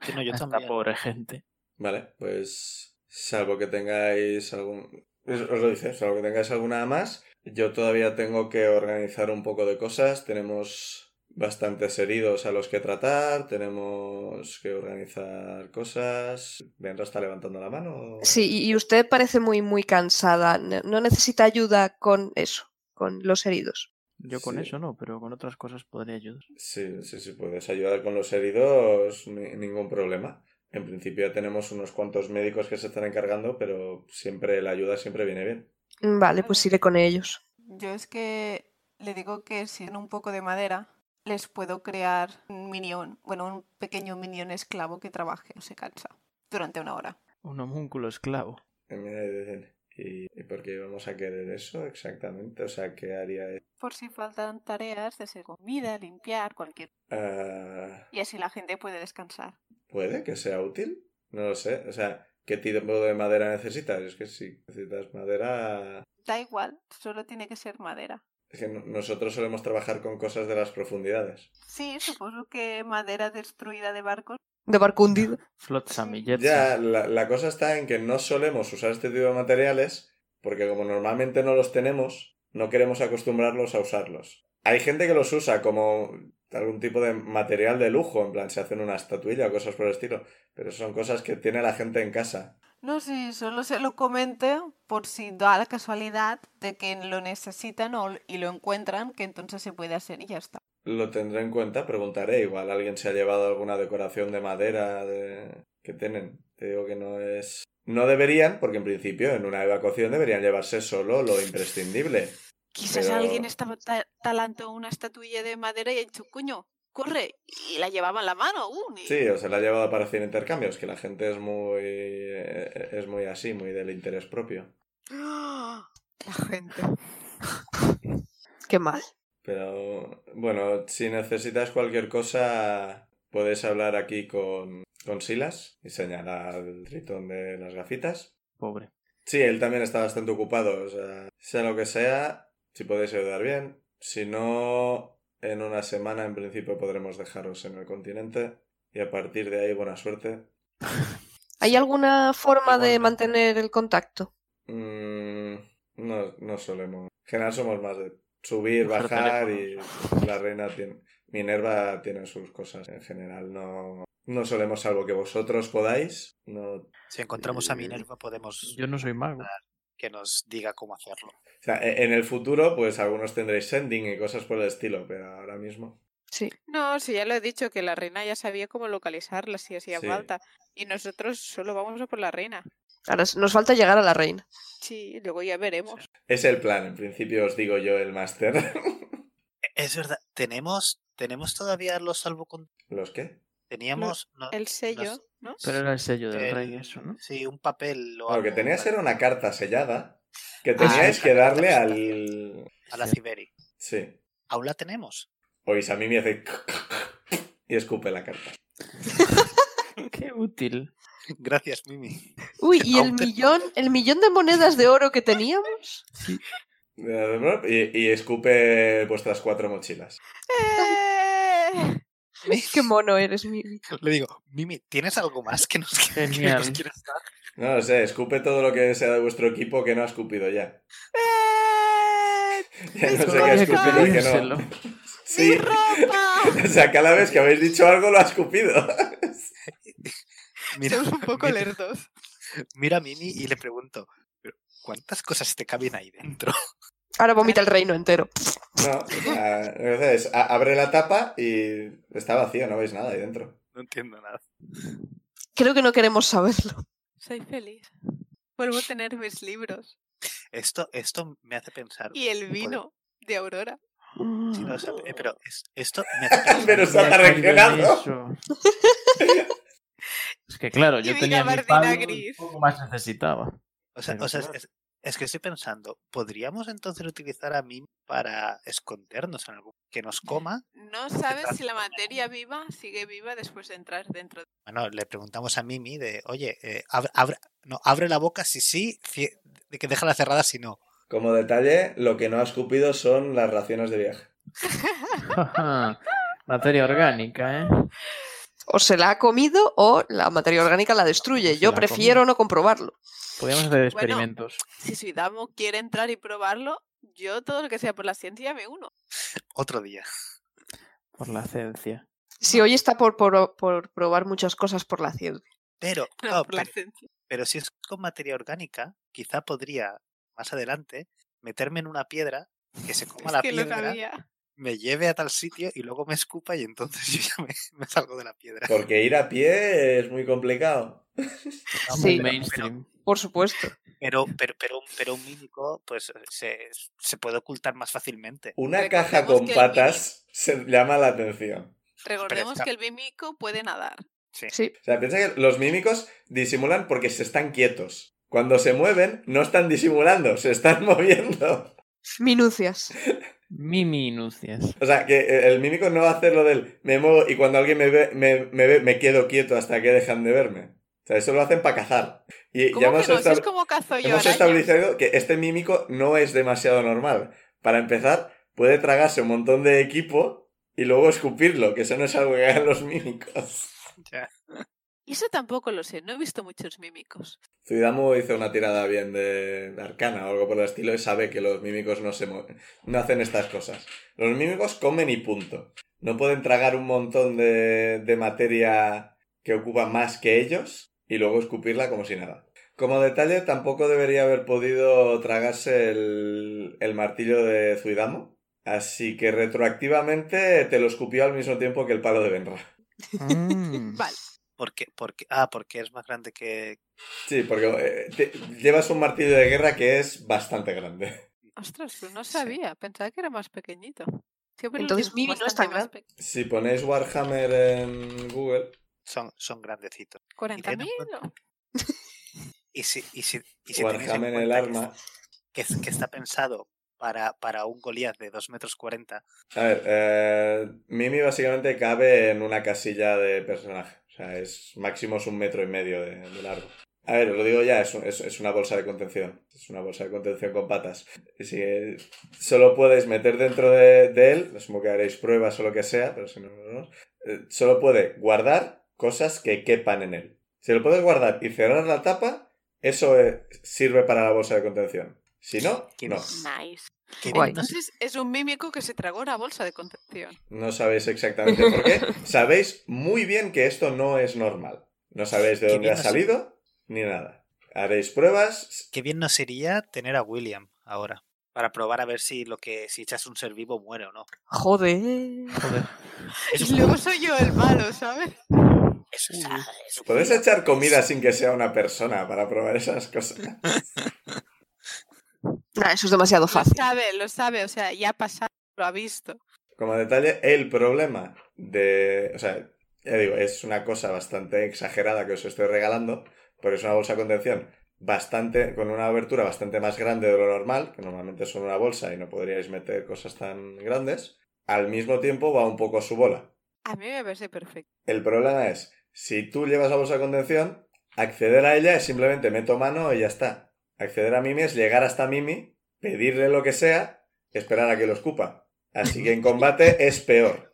Sí, no, yo a esta también. pobre gente. Vale, pues salvo que tengáis algún... Os os lo dice, salvo que tengáis alguna más, yo todavía tengo que organizar un poco de cosas. Tenemos bastantes heridos a los que tratar, tenemos que organizar cosas. Benra está levantando la mano. Sí, y- y usted parece muy, muy cansada. Ne- No necesita ayuda con eso, con los heridos. Yo con Sí. eso no, pero con otras cosas podría ayudar. Sí, sí, sí, puedes ayudar con los heridos, ni- ningún problema. En principio ya tenemos unos cuantos médicos que se están encargando, pero siempre la ayuda siempre viene bien. Mm, Vale, pues iré con ellos. Yo es que le digo que si en un poco de madera les puedo crear un minion, bueno, un pequeño minion esclavo que trabaje, no se cansa, durante una hora. Un homúnculo esclavo. Y me dicen, ¿Y, y por qué vamos a querer eso exactamente? O sea, ¿qué haría? Por si faltan tareas de hacer comida, limpiar, cualquier... Ah, Y así la gente puede descansar. ¿Puede que sea útil? No lo sé. O sea, ¿qué tipo de madera necesitas? Es que si necesitas madera... Da igual, solo tiene que ser madera. Es que no- nosotros solemos trabajar con cosas de las profundidades. Sí, supongo que madera destruida de barcos. De barco hundido. Flotsam y Ya, Jetsam. la, la cosa está en que no solemos usar este tipo de materiales porque como normalmente no los tenemos, no queremos acostumbrarlos a usarlos. Hay gente que los usa como algún tipo de material de lujo, en plan se hacen una estatuilla o cosas por el estilo, pero son cosas que tiene la gente en casa. No sé, solo se lo comente por si da la casualidad de que lo necesitan o- y lo encuentran, que entonces se puede hacer y ya está. Lo tendré en cuenta, preguntaré, igual alguien se ha llevado alguna decoración de madera de- que tienen. Te digo que no es... No deberían, porque en principio en una evacuación deberían llevarse solo lo imprescindible. Quizás Pero- alguien estaba ta- talando una estatuilla de madera y ha dicho, coño, corre, y la llevaba en la mano aún. y- Sí, o sea, la ha llevado para hacer intercambios, que la gente es muy eh, es muy así, muy del interés propio. ¡Ah! La gente. Qué mal. Pero bueno, si necesitas cualquier cosa, puedes hablar aquí con, con Silas y señalar el tritón de las gafitas. Pobre. Sí, él también está bastante ocupado, o sea, sea lo que sea, si podéis ayudar bien. Si no, en una semana en principio podremos dejaros en el continente y a partir de ahí buena suerte. ¿Hay alguna forma de Igualmente. mantener el contacto? Mm, no, no solemos. En general somos más de subir, Usar bajar y la reina tiene... Minerva tiene sus cosas. En general no, no solemos, salvo que vosotros podáis. No... O Si encontramos a Eh, Minerva, podemos Yo no soy mago. que nos diga cómo hacerlo. sea, e- en el futuro, pues algunos tendréis sending y cosas por el estilo, pero ahora mismo... Sí. No, si ya lo he dicho, que la reina ya sabía cómo localizarla si hacía Sí. falta. Y nosotros solo vamos a por la reina. Ahora s- nos falta llegar a la reina. Sí, luego ya veremos. Es el plan, en principio os digo yo el máster. E, Es verdad, tenemos, tenemos todavía los salvoconductos. ¿Los qué? Teníamos no, El sello, Nos- ¿no? Pero era el sello del el- rey, eso, ¿no? sí, un papel Lo o Ah, que algo tenías para- era una carta sellada que Ah, teníais sí, que la darle carta al... a la Sí. Ciberi. Sí. Aún la tenemos. Oís a mí me hace... Y escupe la carta. Qué útil. Gracias, Mimi. Uy, ¿y el Aún te- millón, el millón de monedas de oro que teníamos? Y, y escupe vuestras cuatro mochilas. ¡Eh! Qué mono eres, mi. Le digo, Mimi, ¿tienes algo más que nos, que nos Genial. quieras dar? No lo sé, escupe todo lo que sea de vuestro equipo que no ha escupido ya. ¡Eh! Ya no sé Solo qué ha había que escupido y qué pedírselo. no. Sí. ¡Ropa! O sea, cada vez que habéis dicho algo lo ha escupido. Mira, Somos un poco mira, lerdos. mira a Mimi y le pregunto, "¿Pero ¿cuántas cosas te caben ahí dentro? Ahora vomita el reino entero. No, ah, entonces a- abre la tapa y está vacío, no veis nada ahí dentro. No entiendo nada. Creo que no queremos saberlo. Soy feliz. Vuelvo a tener mis libros. Esto, esto me hace pensar. Y el vino de Aurora. Sí, no, o sea, eh, pero es- esto me hace pensar. Pero se ha Había caído en reaccionado. eso. Es que claro, Y yo vi tenía mi gabardina palo y gris. poco más necesitaba. O sea, Pero o sea, es, claro. es- es que estoy pensando, ¿podríamos entonces utilizar a Mimi para escondernos en algún que nos coma? No sabes si la transforma. materia viva sigue viva después de entrar dentro. Bueno, le preguntamos a Mimi de, oye, eh, abre, abre- no, abre la boca si sí, cie- de que déjala cerrada si no. Como detalle, lo que no ha escupido son las raciones de viaje. Ajá. Materia orgánica, ¿eh? O se la ha comido o la materia orgánica la destruye. Se Yo la ha prefiero comido. no comprobarlo. Podríamos hacer experimentos. Si Suidamo quiere entrar y probarlo, yo todo lo que sea por la ciencia me uno. Otro día. Por la ciencia. Si hoy está por, por- por probar muchas cosas por la ciencia. Pero, No, claro, por la pero, ciencia. pero si es con materia orgánica, quizá podría, más adelante, meterme en una piedra, que se coma Es la que lo piedra, sabía. me lleve a tal sitio y luego me escupa y entonces yo ya me, me salgo de la piedra. Porque ir a pie es muy complicado. No, Sí. pero- Mainstream. Por supuesto. Pero, pero, pero, un- pero un mímico, pues se, se puede ocultar más fácilmente. Una Recordemos caja con que el patas se llama la atención. Recordemos está- que el mímico puede nadar. Sí. O sea, piensa que los mímicos disimulan porque se están quietos. Cuando se mueven, no están disimulando, se están moviendo. Minucias. Mi minucias. O sea, que eh, el mímico no va a hacer lo del me muevo y cuando alguien me ve, me, me ve, me quedo quieto hasta que dejan de verme. O sea, eso lo hacen para cazar. Y ¿Cómo ya que no? hemos, Si estab- es como cazo yo hemos arañas. establecido que este mímico no es demasiado normal. Para empezar, puede tragarse un montón de equipo y luego escupirlo, que eso no es algo que hagan los mímicos. Y Eso tampoco lo sé, no he visto muchos mímicos. Zuidamu hizo una tirada bien de arcana o algo por el estilo y sabe que los mímicos no se mueven, no hacen estas cosas. Los mímicos comen y punto. No pueden tragar un montón de, de materia que ocupa más que ellos y luego escupirla como si nada. Como detalle, tampoco debería haber podido tragarse el, el martillo de Zuidamo. Así que retroactivamente te lo escupió al mismo tiempo que el palo de Benra. Mm. Vale, Porque, porque, ah, porque es más grande que. Sí, porque eh, te- llevas un martillo de guerra que es bastante grande. ostras, pues no Sí. sabía, pensaba que era más pequeñito. Siempre lo Entonces tengo Mimi no es bastante tan más grande. pe- Si ponéis Warhammer en Google, Son, son grandecitos. ¿40.000? o- Y si, y si, y si tenéis en Warhammer el cuenta que- arma. Que, es- que está pensado para, para un Goliath de 2 metros 40, A ver, eh, Mimi básicamente cabe en una casilla de personaje. O sea, es máximo es un metro y medio de, de largo. A ver, os lo digo ya, es, un- es- es una bolsa de contención. Es una bolsa de contención con patas. Y Si eh, solo podéis meter dentro de, de él, asumo que haréis pruebas o lo que sea, pero si no, no, no. Eh, solo puede guardar cosas que quepan en él. Si lo puedes guardar y cerrar la tapa, eso eh, sirve para la bolsa de contención. Si no, no. Nice. que Guay. Entonces es un mímico que se tragó una bolsa de contención. No sabéis exactamente por qué. Sabéis muy bien que esto no es normal. No sabéis de Que dónde bien ha no sé. salido ni nada. Haréis pruebas. Qué bien nos iría tener a William ahora. Para probar a ver si lo que si echas un ser vivo muere o no. Joder. Joder. Y luego soy yo el malo, ¿sabes? Eso es- ah, eso Podéis es- echar comida sin que sea una persona para probar esas cosas. Nah, Ah, eso es demasiado Lo fácil. sabe, lo sabe, o sea, ya ha pasado, lo ha visto. Como detalle, el problema de... O sea, ya digo, es una cosa bastante exagerada que os estoy regalando, porque es una bolsa de contención bastante, con una abertura bastante más grande de lo normal, que normalmente son una bolsa y no podríais meter cosas tan grandes. Al mismo tiempo va un poco a su bola. A mí me parece perfecto. El problema es, si tú llevas la bolsa de contención, acceder a ella es simplemente meto mano y ya está. Acceder a Mimi es llegar hasta Mimi, pedirle lo que sea, esperar a que lo escupa. Así que en combate es peor.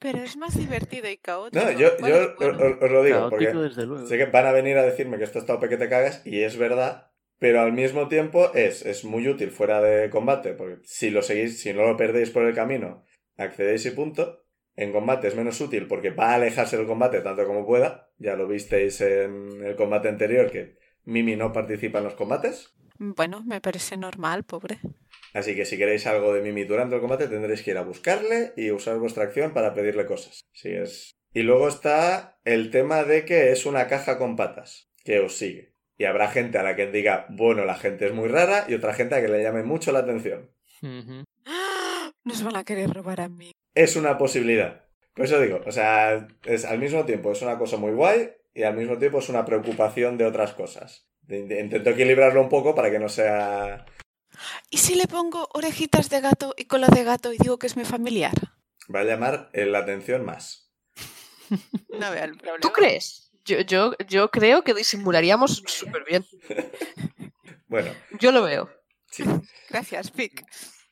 Pero es más divertido y caótico. No, yo, Bueno, yo bueno, os, os lo digo, Caótico, porque desde luego. sé que van a venir a decirme que esto está tope que te cagas, y es verdad, pero al mismo tiempo es, es muy útil fuera de combate, porque si lo seguís, si no lo perdéis por el camino, accedéis y punto. En combate es menos útil porque va a alejarse del combate tanto como pueda. Ya lo visteis en el combate anterior que Mimi no participa en los combates. Mm, Bueno, me parece normal, pobre. Así que si queréis algo de Mimi durante el combate tendréis que ir a buscarle y usar vuestra acción para pedirle cosas. Así es. Y luego está el tema de que es una caja con patas que os sigue. Y habrá gente a la que diga, bueno, la gente es muy rara y otra gente a que le llame mucho la atención. Ujú. Nos van a querer robar a mí. es una posibilidad. Por eso digo, o sea, es, al mismo tiempo es una cosa muy guay y al mismo tiempo es una preocupación de otras cosas. De- de- Intento equilibrarlo un poco para que no sea... ¿Y si le pongo orejitas de gato y cola de gato y digo que es mi familiar? Va a llamar eh, la atención más. No veo el problema. ¿Tú crees? Yo, yo, yo creo que disimularíamos súper bien. Bueno, Yo lo veo. sí. Gracias, Pic.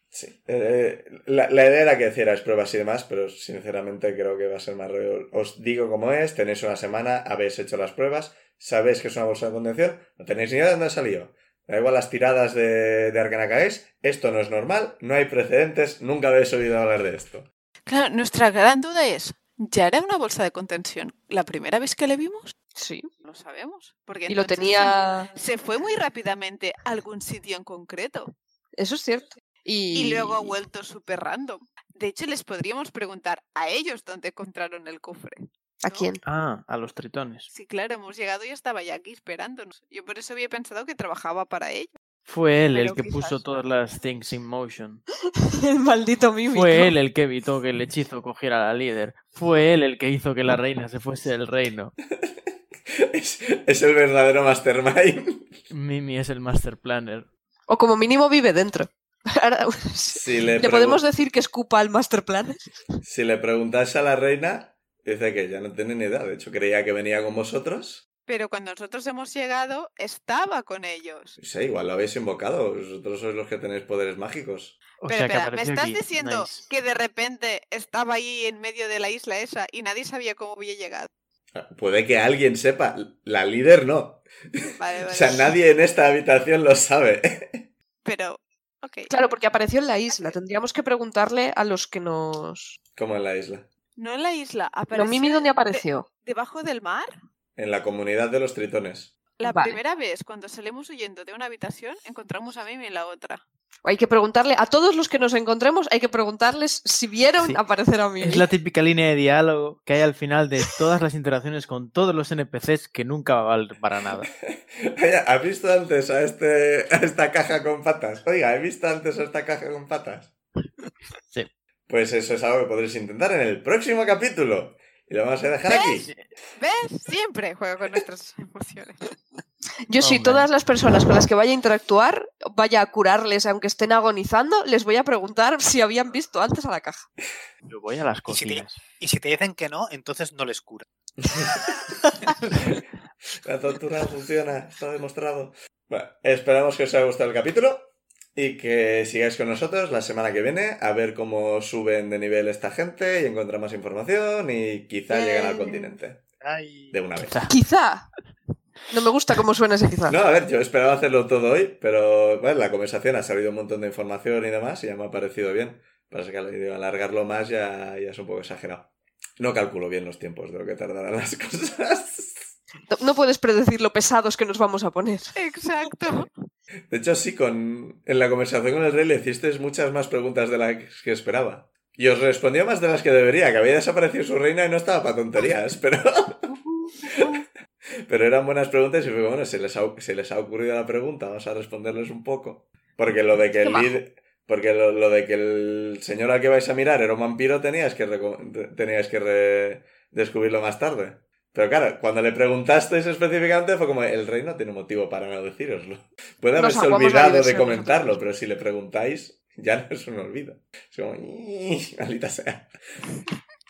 Sí. Eh, eh, la, la idea era que hicierais pruebas y demás, pero sinceramente creo que va a ser más rollo. Os digo cómo es, tenéis una semana, habéis hecho las pruebas, sabéis que es una bolsa de contención, no tenéis ni idea de dónde ha salido. Da igual las tiradas de, de Arcana que hagáis, esto no es normal, no hay precedentes, nunca habéis oído hablar de esto. Claro, nuestra gran duda es, ¿ya era una bolsa de contención la primera vez que le vimos? Sí. Lo sabemos. Porque Y lo entonces tenía. Se fue muy rápidamente a algún sitio en concreto. Eso es cierto. Y, Y luego ha vuelto súper random. De hecho, les podríamos preguntar a ellos dónde encontraron el cofre. ¿A quién? Ah, a los tritones. Sí, claro, hemos llegado y estaba ya aquí esperándonos. Yo por eso había pensado que trabajaba para ellos. Fue él el Pero que puso quizás- todas las things in motion. el maldito Mimi. Fue él el que evitó que el hechizo cogiera a la líder. Fue él el que hizo que la reina se fuese del reino. Es, es el verdadero mastermind. Mimi es el master planner. O como mínimo vive dentro. Ahora, Si le, ¿Le podemos pregun- decir que escupa al master plan? si le preguntáis a la reina, dice que ya no tiene ni edad. De hecho, creía que venía con vosotros. Pero cuando nosotros hemos llegado, estaba con ellos. Sí, igual lo habéis invocado. Vosotros sois los que tenéis poderes mágicos. O Pero sea que espera, ¿me apareció estás aquí. diciendo Nice. que de repente estaba ahí en medio de la isla esa y nadie sabía cómo había llegado? Ah, Puede que alguien sepa. La líder no. Vale, O vale. sea, nadie en esta habitación lo sabe. Pero, ok. Claro, porque apareció en la isla. Tendríamos que preguntarle a los que nos. Como en la isla. No en la isla, Pero apareció Mimi, ¿dónde de- apareció? ¿Debajo del mar? En la comunidad de los tritones. La Vale. primera vez, cuando salimos huyendo de una habitación, encontramos a Mimi en la otra. Hay que preguntarle a todos los que nos encontremos, hay que preguntarles si vieron Sí. aparecer a Mimi. Es la típica línea de diálogo que hay al final de todas las interacciones con todos los NPCs que nunca va a valer para nada. Oye, ¿Has visto antes a, este, a esta caja con patas? Oiga, ¿he visto antes a esta caja con patas? Sí. Pues eso es algo que podréis intentar en el próximo capítulo. Y lo vamos a dejar aquí. ¿Ves? Siempre juego con nuestras emociones. Yo sí, Hombre. todas las personas con las que vaya a interactuar, vaya a curarles, aunque estén agonizando, les voy a preguntar si habían visto antes a la caja. Yo voy a las Y si te- cocinas. Y si te dicen que no, entonces no les cura. La tortura funciona, está demostrado. Bueno, esperamos que os haya gustado el capítulo y que sigáis con nosotros la semana que viene a ver cómo suben de nivel esta gente y encontrar más información y quizá llegan al Bien. continente Ay. de una vez. Quizá. No me gusta cómo suena ese quizá. No, a ver, yo esperaba hacerlo todo hoy, pero bueno, la conversación ha salido un montón de información y demás y ya me ha parecido bien. Pasa que al- alargarlo más ya, ya es un poco exagerado. No calculo bien los tiempos de lo que tardarán las cosas. No- No puedes predecir lo pesados que nos vamos a poner. Exacto. De hecho, sí, con, en la conversación con el rey le hicisteis muchas más preguntas de las que esperaba. Y os respondió más de las que debería, que había desaparecido su reina y no estaba para tonterías, pero... Pero eran buenas preguntas y fue, bueno, se les, ha, se les ha ocurrido la pregunta, vamos a responderles un poco. Porque lo de que el Qué majo. líder- porque lo, lo de que el señor al que vais a mirar era un vampiro tenías que, reco- re- tenías que re- descubrirlo más tarde. Pero claro, cuando le preguntasteis específicamente fue como, el rey no tiene motivo para no decíroslo. Puede Nos haberse jugamos la olvidado de diversión comentarlo, pero si le preguntáis, ya no es un olvido. Es como, "Ih, maldita sea.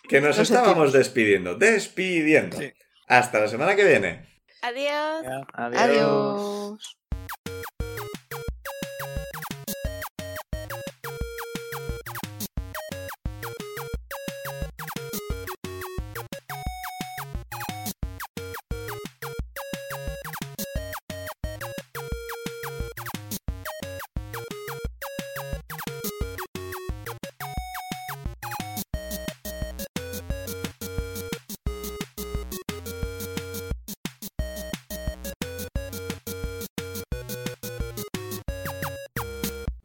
Que nos, Nos estábamos despidiendo, despidiendo. Sí. Hasta la semana que viene. Adiós. Adiós.